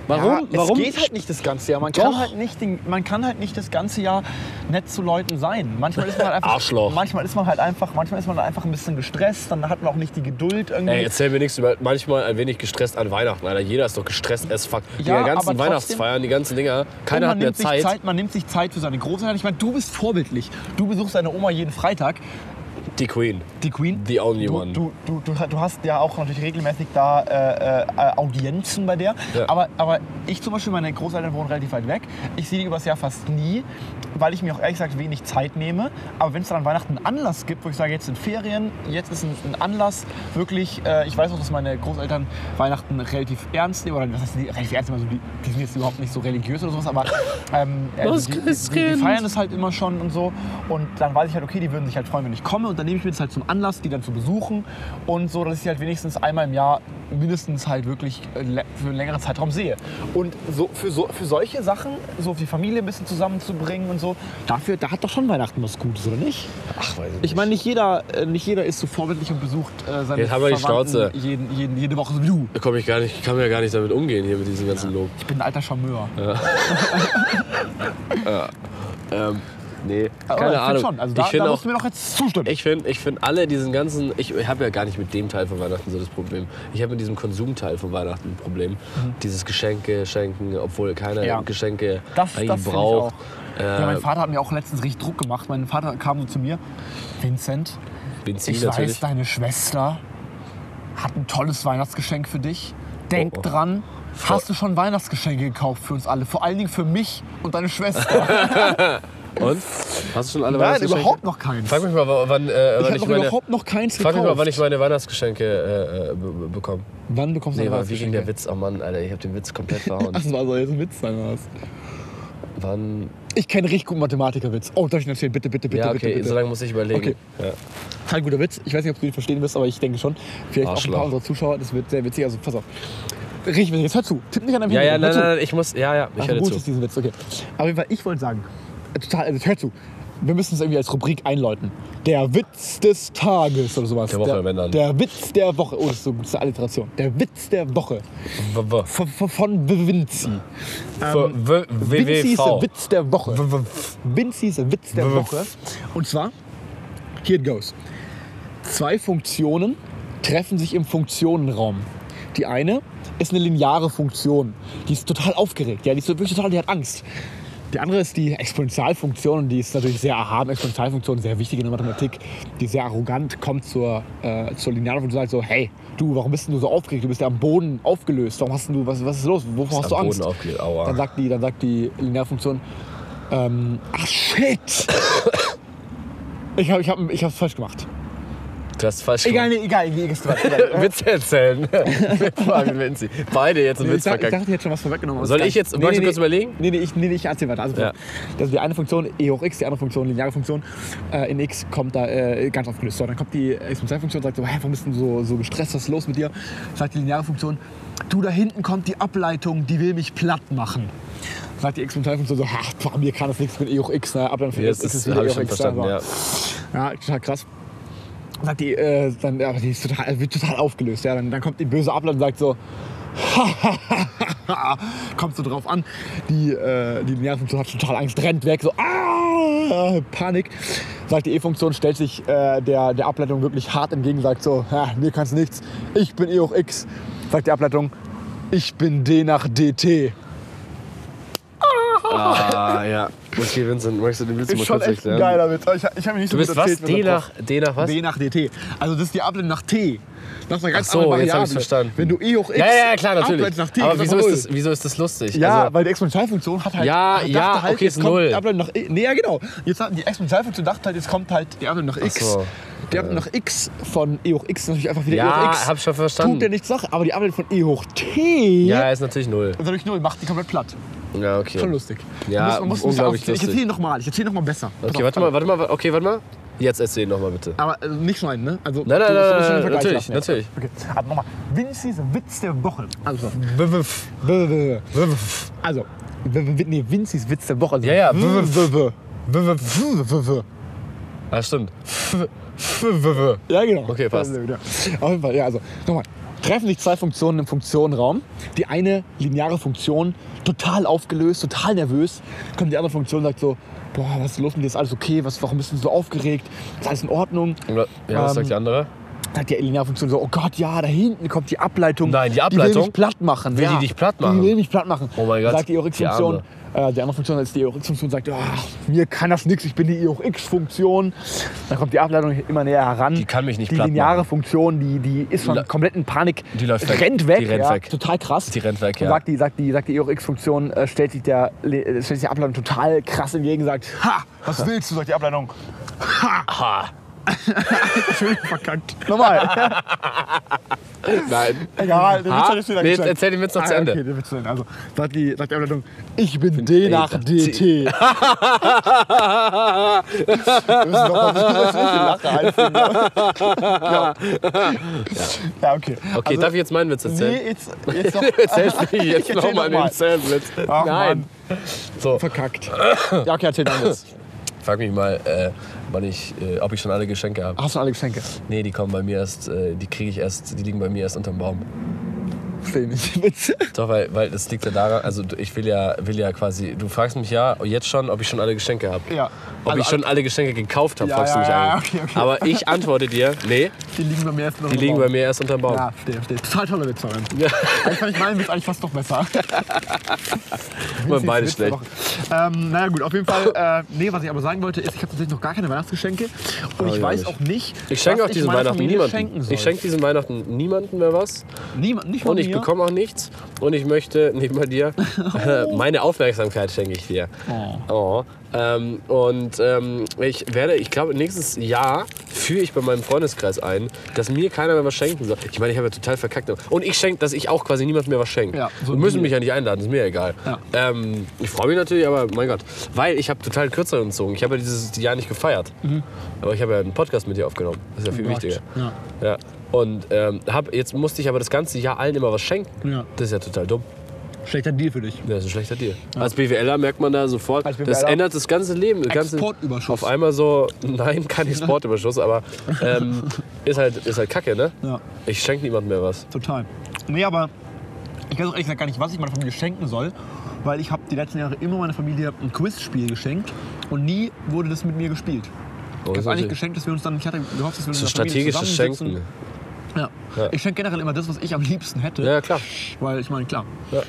Ja, Warum? warum? Es geht halt nicht das ganze Jahr. Man Doch. kann, halt nicht den, man kann halt nicht das ganze Jahr nett zu Leuten sein. Manchmal *laughs* ist man halt einfach. Arschloch. Manchmal ist man halt einfach, manchmal ist man einfach ein bisschen gestresst, dann hat man auch nicht die Geduld irgendwie. Ey, erzähl mir nichts über manchmal ein wenig gestresst an Weihnachten, Alter. Jeder ist doch gestresst as fuck. Die Ja, aber ganzen trotzdem- Weihnachtsfeiern, die ganzen Dinger, Und keiner man hat mehr nimmt Zeit. Sich Zeit. Man nimmt sich Zeit für seine Großeltern. Ich meine, du bist vorbildlich. Du besuchst deine Oma jeden Freitag, Die Queen. die Queen. The only du, one. Du, du, du, du hast ja auch natürlich regelmäßig da äh, äh, Audienzen bei der. Ja. Aber, aber ich zum Beispiel, meine Großeltern wohnen relativ weit weg. Ich sehe die übers Jahr fast nie, weil ich mir auch ehrlich gesagt wenig Zeit nehme. Aber wenn es dann an Weihnachten einen Anlass gibt, wo ich sage, jetzt sind Ferien, jetzt ist ein, ein Anlass, wirklich, äh, ich weiß auch, dass meine Großeltern Weihnachten relativ ernst nehmen. Oder was heißt die, relativ ernst nehmen? Also die, die sind jetzt überhaupt nicht so religiös oder sowas, aber ähm, also die, die, die Christkind. feiern das halt immer schon und so. Und dann weiß ich halt, okay, die würden sich halt freuen, wenn ich komme. Und dann nehme ich mir das halt zum Anlass, die dann zu besuchen. Und so, dass ich die halt wenigstens einmal im Jahr mindestens halt wirklich äh, lä- für einen längeren Zeitraum sehe. Und so für, so, für solche Sachen, so die Familie ein bisschen zusammenzubringen und so, dafür, da hat doch schon Weihnachten was Gutes, oder nicht? Ach, weiß Ich meine, nicht jeder, äh, nicht jeder ist so vorbildlich und besucht äh, seine Jetzt haben wir die Verwandten Schnauze. Jeden, jeden, jede Woche so wie du. Da komm ich gar nicht, kann mir gar nicht damit umgehen hier mit diesem ganzen Lob. Ich bin ein alter Charmeur. Ähm, nee, Aber keine ich find Ahnung. Schon. Also da, ich finde da auch, musst du mir doch jetzt zustimmen. ich finde ich find alle diesen ganzen, ich, ich habe ja gar nicht mit dem Teil von Weihnachten so das Problem. Ich habe mit diesem Konsumteil von Weihnachten ein Problem. Dieses Geschenke schenken, obwohl keiner Mhm. Ja. Geschenke Das- das eigentlich find ich braucht. Ja, Äh, mein Vater hat mir auch letztens richtig Druck gemacht. Mein Vater kam so zu mir, Vincent, Benzin ich natürlich. weiß, deine Schwester hat ein tolles Weihnachtsgeschenk für dich. Denk Oh, oh. dran, hast du schon Weihnachtsgeschenke gekauft für uns alle? Vor allen Dingen für mich und deine *laughs* Schwester. Und? Hast du schon alle Nein, Weihnachtsgeschenke? überhaupt noch keins. Frag mich mal, wa- wann, äh, ich wann habe ich, noch meine, überhaupt noch keins frag mich mal, gekauft. wann ich meine Weihnachtsgeschenke äh, äh, be- be- bekomme. wann bekommst du Nee, deine war wie ging der Weihnachtsgeschenke? Witz? Oh Mann, Alter, ich habe den Witz komplett *laughs* verhauen. Das war so jetzt ein Witz sein oder was? wann? Ich kenne richtig guten Mathematikerwitz. Oh, darf ich ihn erzählen? Bitte, bitte, bitte, ja, bitte, okay, bitte. so lange muss ich überlegen. Okay. Ja. Kein guter Witz. Ich weiß nicht, ob du ihn verstehen wirst, aber ich denke schon. Vielleicht auch ein Arschloch. paar unserer Zuschauer. Das wird sehr witzig. Also pass auf. Richtig witzig. Jetzt hör zu. Tipp nicht an deinem Ja, ja, Handy. Hör nein, zu. nein, nein, ich muss. Ja, ja, ich Ach, du höre mutest zu. diesen Witz. Okay. Auf jeden Fall, ich wollte sagen, äh, total, also hör zu. Wir müssen es irgendwie als Rubrik einläuten. Der Witz des Tages oder sowas. Der Woche, wenn dann. Der Witz der Woche. Oh, das ist so eine gute Alliteration. Der Witz der Woche W- w- von, von, von Vinci. w- w- Ähm, Vinci ist der WWV. Witz der Woche. W- w- Vinci ist der Witz der W- Woche. Und zwar, here it goes. Zwei Funktionen treffen sich im Funktionenraum. Die eine ist eine lineare Funktion. Die ist total aufgeregt. Ja, die ist wirklich total, die hat Angst. Die andere ist die Exponentialfunktion und die ist natürlich sehr erhaben. Exponentialfunktion, sehr wichtig in der Mathematik. Die ist sehr arrogant, kommt zur, äh, zur linearen Funktion und sagt so, hey, du, warum bist denn du so aufgeregt? Du bist ja am Boden aufgelöst. Warum hast denn du, was, was ist los? Wovor hast du am Angst? Boden aufgelöst. Aua. Dann sagt die, dann sagt die Linearfunktion, *coughs* ähm, ach shit, ich habe ich hab, ich hab's falsch gemacht. Du hast falsch Egal, nee, egal, egal, *laughs* egal. gemacht. Witze erzählen. *laughs* Mit Marvin Winzi. Beide jetzt einen Ich Witz dachte, ich verkackt. dachte, ich hätte schon was vorweggenommen. aber Soll ist gar ich jetzt- nicht- magst du kurz überlegen? Nee, nee, ich, nee, nee, ich erzähl weiter. Also, Ja. Das ist die eine Funktion, e hoch x, die andere Funktion, lineare Funktion. Äh, in x kommt da äh, ganz aufgelöst. So, dann kommt die exponentielle-Funktion und sagt so, hä, warum bist du so, so gestresst, was ist los mit dir? Sagt die lineare Funktion, du, da hinten kommt die Ableitung, die will mich platt machen. Sagt die Exponentialfunktion so, ha, boah, mir kann das nichts mit e hoch x, ne? Ableitung von Jetzt x ist ist- wieder hab e ich hoch schon x. verstanden, da, ja, ja. total krass. Sagt die, äh, dann, ja, aber die ist total, wird total aufgelöst. Ja. Dann, dann kommt die böse Ableitung und sagt so, *laughs* kommt so drauf an. Die, äh, die lineare Funktion hat total Angst, rennt weg, so ah, Panik. Sagt die E-Funktion, stellt sich äh, der, der Ableitung wirklich hart entgegen, sagt so, ja, mir kann's nichts, ich bin E hoch X. Sagt die Ableitung, ich bin D nach DT. Ah, ja. Okay, Vincent, magst du den Witz mal kurz erklären? Witz. Oh, Ich, ich habe mich nicht Du bist was? D nach, D nach was? D nach DT. Also das ist die Ableitung nach T. Das ist eine ganz Ach so, andere jetzt hab Variable. ich's verstanden. Wenn du E hoch X ja, ja, ja, klar, natürlich. Ableitung nach T Aber wieso ist, null. das, wieso ist das lustig? ja, Also, weil die Exponentialfunktion hat halt. Ja, dachte ja, halt, okay, jetzt ist kommt null. Die Ableitung nach, E- nee, ja, genau. Jetzt hat die Exponentialfunktion dachte halt, jetzt kommt halt die Ableitung nach X. so. Die Ableitung nach X von E hoch X ist natürlich einfach wieder E hoch ja, X. hab schon verstanden. Tut der nichts Sache, aber die Ableitung von E hoch T ja, ist natürlich null. ist dadurch null, macht die komplett platt. Ja, okay. Schon lustig. Ja, Muss- man muss, muss unglaublich aufzählen. lustig. Ich erzähle nochmal, ich erzähle nochmal besser. Pass Okay, auf, warte mal, warte mal, okay, warte mal. Jetzt erzähl nochmal bitte. Aber äh, nicht schneiden, ne? Also, Nein, du nein, musst nein, ein bisschen nein, Vergleich natürlich, lassen. natürlich. Okay. Also nochmal, Vincis Witz der Woche. Also, Ja, w- w- w- also w- w- nee, Vincis Witz der Woche. Also, ja. w- w- w- w- w- w- w- Ah, stimmt. Okay, Ja, genau. Okay, passt. Ja. Auf jeden Fall, ja, also nochmal. Treffen sich zwei Funktionen im Funktionenraum. Die eine lineare Funktion, total aufgelöst, total nervös. Kommt die andere Funktion und sagt so, boah, was ist los mit dir? Ist alles okay? Was, warum bist du so aufgeregt? Ist alles in Ordnung? Ja, was sagt die Ähm, andere? sagt die Linearfunktion so, oh Gott, ja, da hinten kommt die Ableitung. Nein, die Die will Ableitung? mich platt machen. Will ja. die dich platt machen? Die will mich platt machen. Oh mein Gott, Sagt die EOX-Funktion. die äh, Die andere Funktion als die EOX-Funktion sagt, ach, mir kann das nichts, ich bin die EOX-Funktion. Dann kommt die Ableitung immer näher heran. Die kann mich nicht Die platt lineare Funktion, die, die ist La- schon komplett in Panik. Die läuft weg. Rennt weg. Die rennt ja, weg. Total krass. Die rennt weg, Und ja. Sagt die, sagt die, sagt die EOX-Funktion, äh, stellt sich der, le- äh, stellt sich der Ableitung total krass entgegen, sagt, ha, was willst du, sagt die Ableitung. Aha. Schön verkackt. Nochmal. Nein. Egal, den Witz Ha? hat jetzt wieder Nee, jetzt gecheckt. erzähl den Witz noch zu Ende. Ah, Okay, den Witz zu Ende. Also, sagt die, sagt die Ableitung, ich bin D nach D. DT. Wir müssen noch mal Lache einfügen. ja. ja, okay. Okay, darf ich jetzt meinen Witz also, erzählen? nee, jetzt, jetzt noch. Erzählst du *laughs* *laughs* Ich jetzt erzähl noch nochmal den mal. Zellenblitz? Ach, Nein. So, Verkackt. Ja, okay, erzähl dann jetzt. frag mich mal, äh, wann ich, äh, ob ich schon alle Geschenke habe. Hast du alle Geschenke? Nee, die kommen bei mir erst, äh, die kriege ich erst, die liegen bei mir erst unterm Baum. Verstehe nicht den Witz. Doch, weil, weil das liegt ja daran, also du- ich will ja, will ja quasi, du fragst mich ja jetzt schon, ob ich schon alle Geschenke habe. Ja. Ob Also ich schon alle Geschenke gekauft habe, Ja, fragst du ja, mich ja, eigentlich. okay, okay. Aber ich antworte dir, nee, Die liegen bei mir erst noch die im liegen Raum. bei mir erst unterm Baum. Ja, verstehe, verstehe. Total toller Witz, Fabian. Eigentlich fand ich meinen Witz eigentlich fast noch besser. Waren beide Witz schlecht. der Woche. Ähm, naja gut, auf jeden Fall, äh, nee, was ich aber sagen wollte, ist, ich habe tatsächlich noch gar keine Weihnachtsgeschenke und ich Oh ja, weiß nicht. auch nicht, Ich schenke was auch diesen meiner Weihnachten Familie niemanden. schenken soll. Ich schenke diesen Weihnachten niemanden mehr was. niemand, nicht von Und ich mir. bekomme auch nichts. Und ich möchte, neben *laughs* bei dir, äh, meine Aufmerksamkeit schenke ich dir. Oh. Ähm, und ähm, ich werde, ich glaube, nächstes Jahr führe ich bei meinem Freundeskreis ein, dass mir keiner mehr was schenken soll. Ich meine, ich habe ja total verkackt. Und ich schenke, dass ich auch quasi niemand mehr was schenke. Ja, so Die müssen wie- mich ja nicht einladen, ist mir egal. Ja. Ähm, ich freue mich natürlich, aber mein Gott. Weil ich habe total kürzer gezogen. Ich habe ja dieses Jahr nicht gefeiert. Aber ich habe ja einen Podcast mit dir aufgenommen. Das ist ja viel Mhm. Oh Gott, wichtiger. ja. Ja. Und ähm, hab, jetzt musste ich aber das ganze Jahr allen immer was schenken. Ja. Das ist ja total dumm. Schlechter Deal für dich. Das ist ein schlechter Deal. Als BWLer merkt man da sofort, Als das BWLer ändert das ganze Leben. Das ganze, Exportüberschuss. Auf einmal so, nein, kein Exportüberschuss, aber *laughs* ähm, ist, halt, ist halt kacke, ne? Ja. Ich schenke niemandem mehr was. Total. Nee, aber ich weiß auch ehrlich gesagt gar nicht, was ich meiner Familie schenken soll, weil ich habe die letzten Jahre immer meiner Familie ein Quizspiel geschenkt und nie wurde das mit mir gespielt. Ich Oh, das habe ist eigentlich natürlich- geschenkt, dass wir uns dann, ich hatte gehofft, dass wir uns das ist ein strategisches Schenken. Ja. Ja. Ich schenke generell immer das, was ich am liebsten hätte. Ja, klar. Weil ich meine, klar. Ja.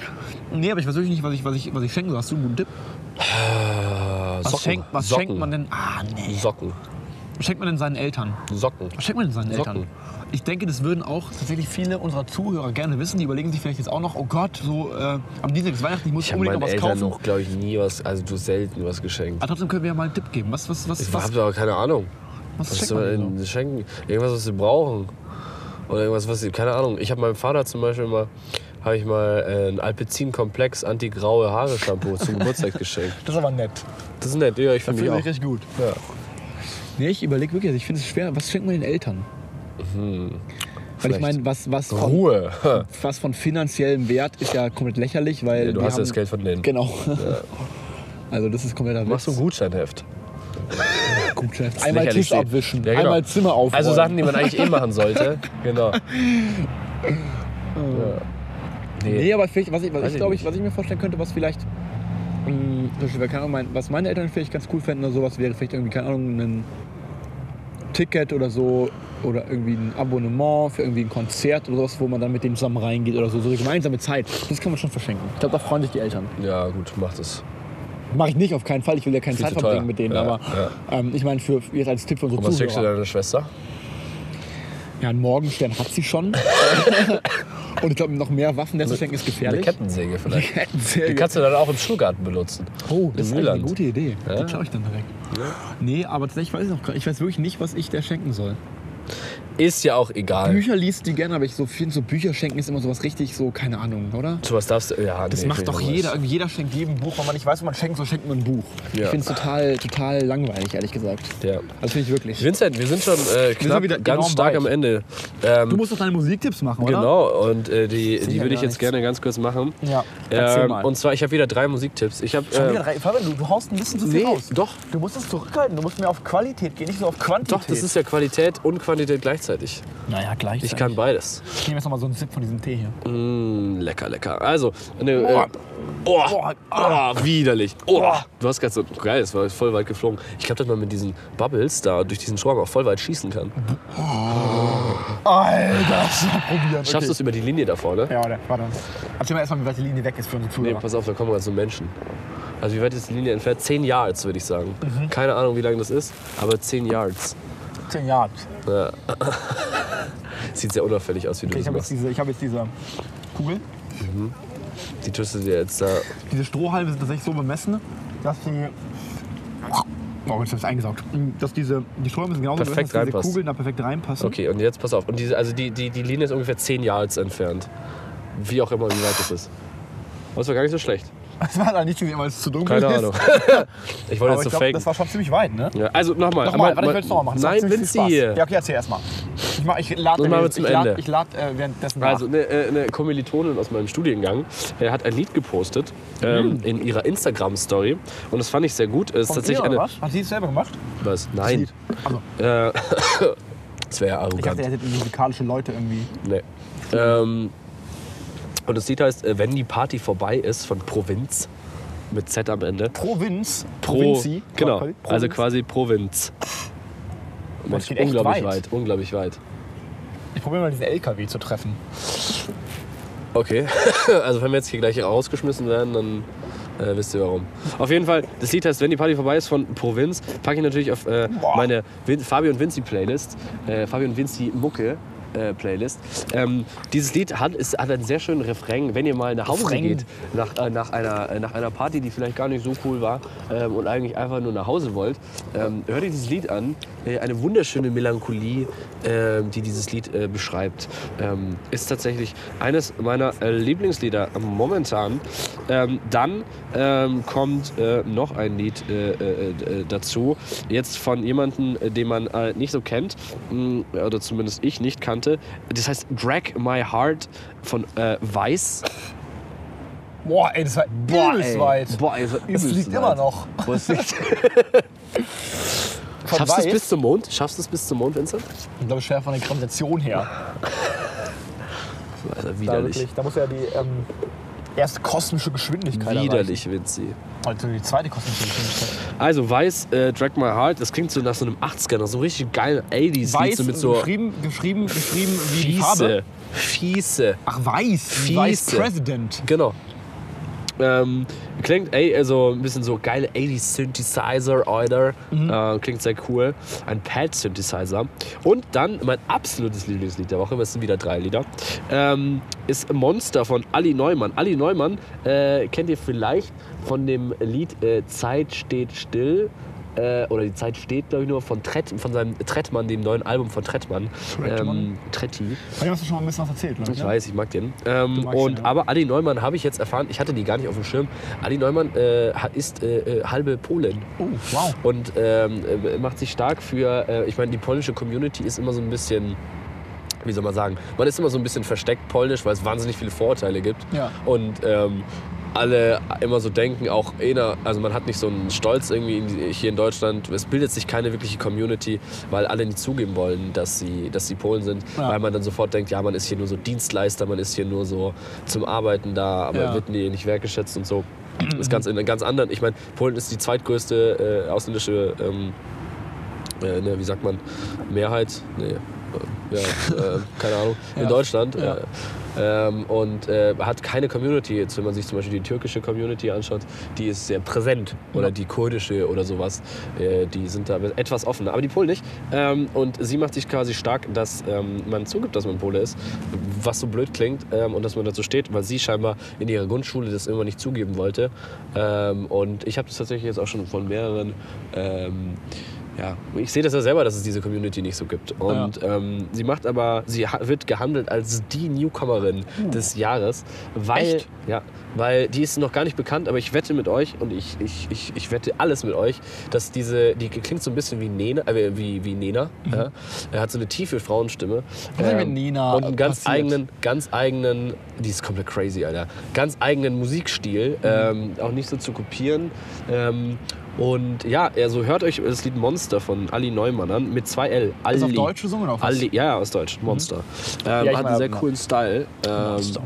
Nee, aber ich weiß wirklich nicht, was ich, was ich, was ich schenken soll. Hast du einen guten Tipp? Ah, Was, Socken. schenkt, was Socken. schenkt man denn? Ah, nee. Socken. Was schenkt man denn seinen Eltern? Socken. Was schenkt man denn seinen Socken. Eltern? Ich denke, das würden auch tatsächlich viele unserer Zuhörer gerne wissen. Die überlegen sich vielleicht jetzt auch noch, oh Gott, so äh, am Dienstag ist Weihnachten, ich muss Ich habe unbedingt meinen noch was Eltern kaufen. noch, glaube ich, nie was, also du selten was geschenkt. Aber trotzdem können wir ja mal einen Tipp geben. Was, was, was, Ich was? habe aber keine Ahnung. Was Was checkt soll man man denn denn schenken? Irgendwas, was sie brauchen. Oder irgendwas, was sie. Keine Ahnung. Ich habe meinem Vater zum Beispiel mal. Habe ich mal äh, ein Alpecin-Komplex anti-graue *laughs* Haare-Shampoo zum Geburtstag geschenkt. Das ist aber nett. Das ist nett, ja, ich finde auch. richtig gut. Ja. Nee, ich überlege wirklich, also ich finde es schwer. Was schenkt man den Eltern? Weil ich Mhm. vielleicht meine, was, was, von, Ruhe. *laughs* Ha. was von finanziellem Wert ist ja komplett lächerlich, weil. Ja, du die hast ja haben- das Geld von denen. Genau. *laughs* Also, das ist kompletter äh, Machst du ein Gutscheinheft. gut. Einmal Lächerlich Tisch steht. abwischen, Ja, genau. einmal Zimmer aufräumen. Also Sachen, die man eigentlich eh *laughs* machen sollte. Genau. Ja. Nee, aber vielleicht, was ich, was Weiß ich, ich glaube ich, nicht. was ich mir vorstellen könnte, was vielleicht, mh, zum Beispiel, keine Ahnung, mein, was meine Eltern vielleicht ganz cool fänden oder sowas, wäre vielleicht irgendwie, keine Ahnung, ein Ticket oder so oder irgendwie ein Abonnement für irgendwie ein Konzert oder sowas, wo man dann mit denen zusammen reingeht oder so, so eine gemeinsame Zeit. Das kann man schon verschenken. Ich glaube, da freuen sich die Eltern. Ja, gut, mach das. Mache ich nicht, auf keinen Fall. Ich will ja keine Viel Zeit zu teuer. verbringen mit denen, Ja, aber Ähm, ich meine, für jetzt als Tipp für unsere Und was schickst du Zuhörer. deiner Schwester? Ja, einen Morgenstern hat sie *laughs* schon. Und ich glaube, noch mehr Waffen der zu schenken ist Eine gefährlich. *laughs* Kettensäge vielleicht. Sehr Die gut. kannst du dann auch im Schulgarten benutzen. Oh, das ist eigentlich Im eine Mühlland. gute Idee. Ja. Die klaue ich dann direkt. Nee, aber tatsächlich weiß ich noch gar Ich weiß wirklich nicht, was ich der schenken soll. Ist ja auch egal. Bücher liest die gerne, aber ich so viel so Bücher schenken ist immer sowas richtig so, keine Ahnung, oder? Zu was darfst du. Ja, Das nee, macht nee, doch nee, jeder. weiß. Irgendwie Jeder schenkt jedem ein Buch. Wenn man nicht weiß, was man schenkt, so schenkt man ein Buch. Ja. Ich finde es total, total langweilig, ehrlich gesagt. Ja. Also finde ich wirklich. Vincent, wir sind schon äh, knapp, wieder ganz genau stark weit. am Ende. Ähm, Du musst doch deine Musiktipps machen, oder? Genau, und äh, die, die ja würde ich gar jetzt nichts. gerne ganz kurz machen. Ja, erzähl Ähm, mal. und zwar, ich habe wieder drei Musiktipps. Ich habe. Schon wieder Äh, drei- Fabian, du, du haust ein bisschen zu viel nee, raus. doch. Du musst es zurückhalten. Du musst mehr auf Qualität gehen, nicht so auf Quantität. doch, das ist ja Qualität und Quantität gleichzeitig. Naja, gleich. Ich kann beides. Ich nehme jetzt noch mal so einen Sip von diesem Tee hier. Mm, lecker, lecker. Also, ne, äh, oh, Boah. ah, widerlich. Oh, du hast gerade so, geil, das war voll weit geflogen. Ich glaube, dass man mit diesen Bubbles da durch diesen Schwamm auch voll weit schießen kann. Alter, ich hab probiert. Schaffst du es über die Linie da vorne? Ja, warte, warte. Erzähl mal erstmal, wie weit die Linie weg ist für unsere Nee, Zuhörer. pass auf, da kommen gerade so Menschen. Also wie weit ist die Linie entfernt? Zehn Yards, würde ich sagen. Mhm. Keine Ahnung, wie lang das ist, aber zehn Yards. 10 Jahre. Ja. Sieht sehr unauffällig aus, wie du Okay, ich das habe jetzt, machst. diese- ich hab jetzt diese Kugel. Die tust du dir jetzt da. Diese Strohhalme sind tatsächlich so bemessen, dass die. Boah, jetzt hab's eingesaugt. Mm, Dass diese, die Strohhalme sind genauso Perfekt bemessen, dass diese reinpasst. Kugeln da perfekt reinpassen. Okay, und jetzt pass auf. Und diese, also die, die, die Linie ist ungefähr 10 Yards entfernt. Wie auch immer, wie weit das ist. Aber es war gar nicht so schlecht. Das war leider nicht gesehen, weil es zu dunkel *laughs* Keine ist. Ahnung. ich wollte Aber jetzt ich so glaube, faken. das war schon ziemlich weit, ne? Ja, also nochmal. Nochmal, einmal- warte, ich will es nochmal machen. Das macht Nein, ziemlich viel Vinci. Spaß. Ja, okay, erzähl erstmal. Ich, mach- ich lade Das machen wir zum ich lad, Ende. ich lad, äh, währenddessen Also nach. eine, äh, eine Kommilitonin aus meinem Studiengang äh, hat ein Lied gepostet Mhm. ähm, in ihrer Instagram-Story. Und das fand ich sehr gut. Es ist Von tatsächlich ihr, eine. oder was? Hat sie es selber gemacht? Was? Nein. Also, Äh, *laughs* das wäre ja arrogant. ich dachte, er hätte musikalische Leute irgendwie. Nee. Ähm, und das Lied heißt, äh, wenn die Party vorbei ist von Provinz mit Z am Ende. Provinz. Pro, Provinzi. genau, Provinz. also quasi Provinz. Das Manch, geht echt unglaublich weit. weit. unglaublich weit. Ich probiere mal diesen LKW zu treffen. Okay, *laughs* also wenn wir jetzt hier gleich rausgeschmissen werden, dann äh, wisst ihr warum. Auf jeden Fall, das Lied heißt, wenn die Party vorbei ist von Provinz, packe ich natürlich auf äh, Boah. meine Vin Fabio und Vinci Playlist, äh, Fabio und Vinci Mucke. äh, Playlist. Ähm, dieses Lied hat, ist, hat einen sehr schönen Refrain, wenn ihr mal nach Hause Refrain. geht, nach, äh, nach, einer, äh, nach einer Party, die vielleicht gar nicht so cool war ähm, und eigentlich einfach nur nach Hause wollt, ähm, hört ihr dieses Lied an. Äh, eine wunderschöne Melancholie, ähm, die dieses Lied äh, beschreibt, ähm, ist tatsächlich eines meiner äh, Lieblingslieder momentan. Ähm, dann ähm, kommt äh, noch ein Lied äh, äh, äh, dazu, jetzt von jemandem, äh, den man äh, nicht so kennt, mh, oder zumindest ich nicht kannte. Das heißt Drag My Heart von äh, Weiß. Boah, ey, das war übelst ey. weit. Boah, ey, das war Es übelst fliegt weit. immer noch. *laughs* Boah, es fliegt- Von Schaffst du es weit? bis zum Mond? Schaffst du es bis zum Mond, Vincent? Ich glaube, schwer von der Konversation her. Also Da, widerlich. wirklich, da muss ja die ähm, erste kosmische Geschwindigkeit Widerlich, Vinci. erreichen. Also die zweite kosmische Geschwindigkeit. Also Weiß, äh, Drag My Heart, das klingt so nach so einem 80er, nach so einem richtig geilen 80s. Lied, so mit so geschrieben, geschrieben, geschrieben wie die Farbe. Fiese. Fiese. Ach, weiß. wie Weiß Fiese. President. Genau. Ähm, klingt ey, also ein bisschen so geile 80s Synthesizer, Alter. Äh, klingt sehr cool. Ein Pad Synthesizer. Und dann mein absolutes Lieblingslied der Woche, weil es sind wieder drei Lieder, ähm, ist Monster von Ali Neumann. Ali Neumann äh, kennt ihr vielleicht von dem Lied äh, Zeit steht still. äh, oder die Zeit steht, glaube ich, nur von, Tret, von seinem Trettmann, dem neuen Album von Trettmann. Ähm, Trettmann? Tretti. Von dem hast du schon mal ein bisschen was erzählt, glaube Ich weiß, ich mag den. Ähm, magst und, ihn, ja. Aber Adi Neumann habe ich jetzt erfahren, ich hatte die gar nicht auf dem Schirm. Adi Neumann äh, ha- ist äh, äh, halbe Polin. Oh, wow. Und ähm, äh, macht sich stark für, äh, ich meine, die polnische Community ist immer so ein bisschen, wie soll man sagen, man ist immer so ein bisschen versteckt polnisch, weil es wahnsinnig viele Vorurteile gibt. Ja. Und ähm, alle immer so denken, auch einer, also man hat nicht so einen Stolz irgendwie in, hier in Deutschland. Es bildet sich keine wirkliche Community, weil alle nicht zugeben wollen, dass sie, dass sie Polen sind. Ja. Weil man dann sofort denkt, ja, man ist hier nur so Dienstleister, man ist hier nur so zum Arbeiten da, aber Ja. wird nie, nicht wertgeschätzt *clears throat* und so. Ist ganz in einem ganz anderen. Ich meine, Polen ist die zweitgrößte äh, ausländische, ähm, äh, ne, wie sagt man, Mehrheit? Nee. äh, Ja, äh, keine Ahnung. In Ja. Deutschland. Ja. Äh, ähm, und äh, hat keine Community. Jetzt, wenn man sich zum Beispiel die türkische Community anschaut, die ist sehr präsent. Oder die kurdische oder sowas. Äh, die sind da etwas offener. Aber die Polen nicht. Ähm, und sie macht sich quasi stark, dass ähm, man zugibt, dass man Pole ist. Was so blöd klingt ähm, und dass man dazu steht, weil sie scheinbar in ihrer Grundschule das immer nicht zugeben wollte. Ähm, und ich habe das tatsächlich jetzt auch schon von mehreren. Ähm, ja, ich sehe das ja selber, dass es diese Community nicht so gibt. Und ähm, sie macht aber, sie ha- wird gehandelt als die Newcomerin Hm. des Jahres, weil, Echt? ja, weil die ist noch gar nicht bekannt, aber ich wette mit euch und ich, ich, ich, ich wette alles mit euch, dass diese, die klingt so ein bisschen wie Nena, äh, wie, wie Nena, ja. er hat so eine tiefe Frauenstimme Mhm. Ähm, Was ist denn mit Nena und einen ganz passiert? eigenen, ganz eigenen, die ist komplett crazy, Alter, ganz eigenen Mhm. Musikstil, ähm, auch nicht so zu kopieren. Ähm, und ja, also hört euch das Lied Monster von Ali Neumann an mit zwei L. Ali. auf Deutsch gesungen oder auf was? Mhm. Ali, ja, ja, aus Deutsch. Monster. Ähm, Ja, ich hat meine, einen sehr na. coolen Style. Ähm, Monster.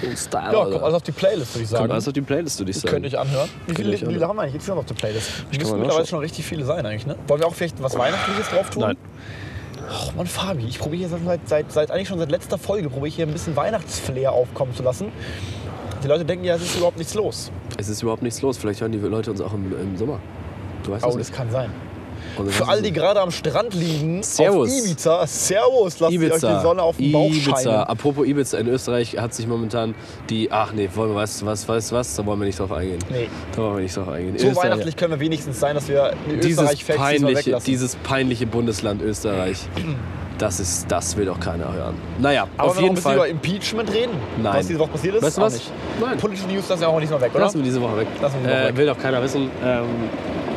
Coolen Style. Ja, Alter. kommt alles auf die Playlist, würde ich sagen. Kommt alles auf die Playlist, würde ich sagen. Könnt ihr euch anhören. also Wie Könnt ihr viele, euch wie viele haben wir eigentlich jetzt noch auf der Playlist? Ich mal müssen mittlerweile schon richtig viele sein eigentlich, ne? Wollen wir auch vielleicht was Weihnachtliches drauf tun? Nein. Och Mann, Fabi, ich probiere hier seit, seit, seit eigentlich schon seit letzter Folge probiere ich hier ein bisschen Weihnachtsflair aufkommen zu lassen. Die Leute denken ja, es ist überhaupt nichts los. Es ist überhaupt nichts los. Vielleicht hören die Leute uns auch im, im Sommer. Du weißt Oh, es das nicht. kann sein. Also, Für das all ist- die gerade am Strand liegen, Servus. auf Ibiza, Servus, lasst euch Ibiza. die Sonne auf den Bauch Ibiza. scheinen. Apropos Ibiza, in Österreich hat sich momentan die. Ach nee, wollen wir was, was, was, was? Da wollen wir nicht drauf eingehen. Nee. Da wollen wir nicht drauf eingehen. So Österreich- weihnachtlich können wir wenigstens sein, dass wir in dieses Österreich Facts diesmal peinliche, weglassen. dieses peinliche Bundesland Österreich. Das ist, das will doch keiner hören. Naja, Aber wenn wir noch auf ein jeden bisschen Fall. über Impeachment reden, Nein. was diese Woche passiert ist, Weißt du auch was? nicht. Nein. Politische News lassen wir auch nicht mal weg, oder? Lassen wir diese Woche weg. Lassen wir diese Woche äh, weg. Will doch keiner wissen. Ähm,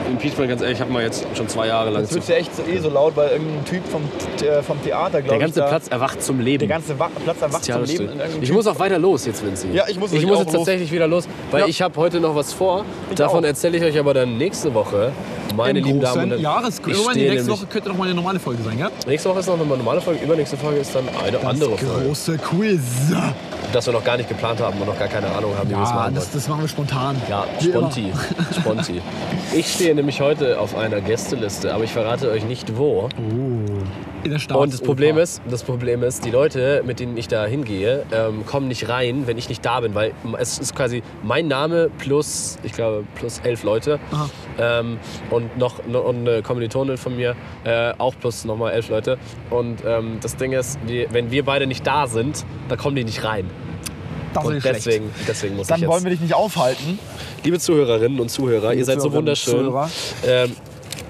Impeachment, ganz ehrlich, ich habe mal jetzt schon zwei Jahre lang Jetzt zu. wird ja echt so, eh so laut, weil irgendein Typ vom, äh, vom Theater, glaube Der ich, ganze da- Platz erwacht zum Leben. der ganze Wa Platz erwacht Tja, zum das Leben. stimmt. in irgendeinem Ich Typ. muss auch weiter los jetzt, Vinzi. Ja, ich muss ich wirklich muss auch jetzt los. tatsächlich wieder los, weil Ja. ich habe heute noch was vor. Davon auch. erzähle ich euch aber dann nächste Woche, meine Im lieben großen Damen und Herren. Jahres- ich Irgendwann die stehe nächste nämlich- Woche könnte noch mal eine normale Folge sein, ja? Nächste Woche ist noch eine normale Folge, übernächste Folge ist dann eine andere Folge. Große Quiz. Das wir noch gar nicht geplant haben und noch gar keine Ahnung haben, wie wir es Ah, machen das, wollen. das machen wir spontan. Ja, Wie immer. Sponti. Sponti. Ich stehe nämlich heute auf einer Gästeliste, aber ich verrate euch nicht wo. In der Staatsoper. Und das Problem ist, das Problem ist, die Leute, mit denen ich da hingehe, ähm, kommen nicht rein, wenn ich nicht da bin, weil es ist quasi mein Name plus, ich glaube, plus elf Leute Aha. ähm, und noch no, und eine Kommilitonin von mir, äh, auch plus nochmal elf Leute. Und ähm, das Ding ist, wir, wenn wir beide nicht da sind, dann kommen die nicht rein. das Und ist schlecht. deswegen, deswegen muss Dann ich wollen jetzt, wir dich nicht aufhalten. liebe Zuhörerinnen und Zuhörer, ihr seid so Zuhörerinnen und wunderschön. Zuhörer. Ähm,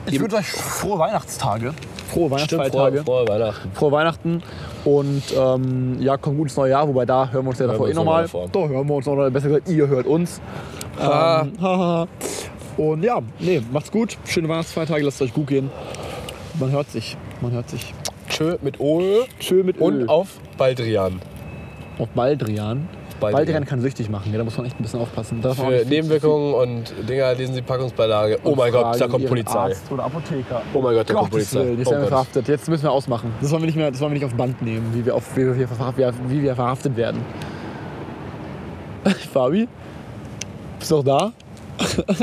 Ich wünsche euch frohe Weihnachtstage. Frohe stimmt, Weihnachtsfeiertage. frohe, frohe Weihnachten. frohe Weihnachten und ähm, ja, kommt gut ins neue Jahr, wobei da hören wir uns ja davor wir eh uns nochmal. noch mal Da hören wir uns nochmal, besser gesagt, ihr hört uns. Ähm, haha. *laughs* und ja, nee, macht's gut, schöne Weihnachtsfeiertage, lasst es euch gut gehen. Man hört sich, man hört sich. Tschö mit Ohe Schön mit und Öl. auf Baldrian. auf Baldrian. Baldrian. Baldrian. kann süchtig machen, ja, da muss man echt ein bisschen aufpassen. Da darf man auch Für nicht viel zu Nebenwirkungen und Dinger lesen Sie Packungsbeilage. Oh mein fragen, Gott, da kommt ihren Polizei. Arzt oder Apotheker. Oh mein Gott, da kommt Gottes Polizei. Willen, jetzt Oh werden wir Gott. verhaftet. Jetzt müssen wir ausmachen. Das wollen wir nicht mehr, das wollen wir nicht auf Band nehmen, wie wir, auf, wie wir, verha- wie, wie wir verhaftet *laughs* werden. Fabi? Bist du noch da?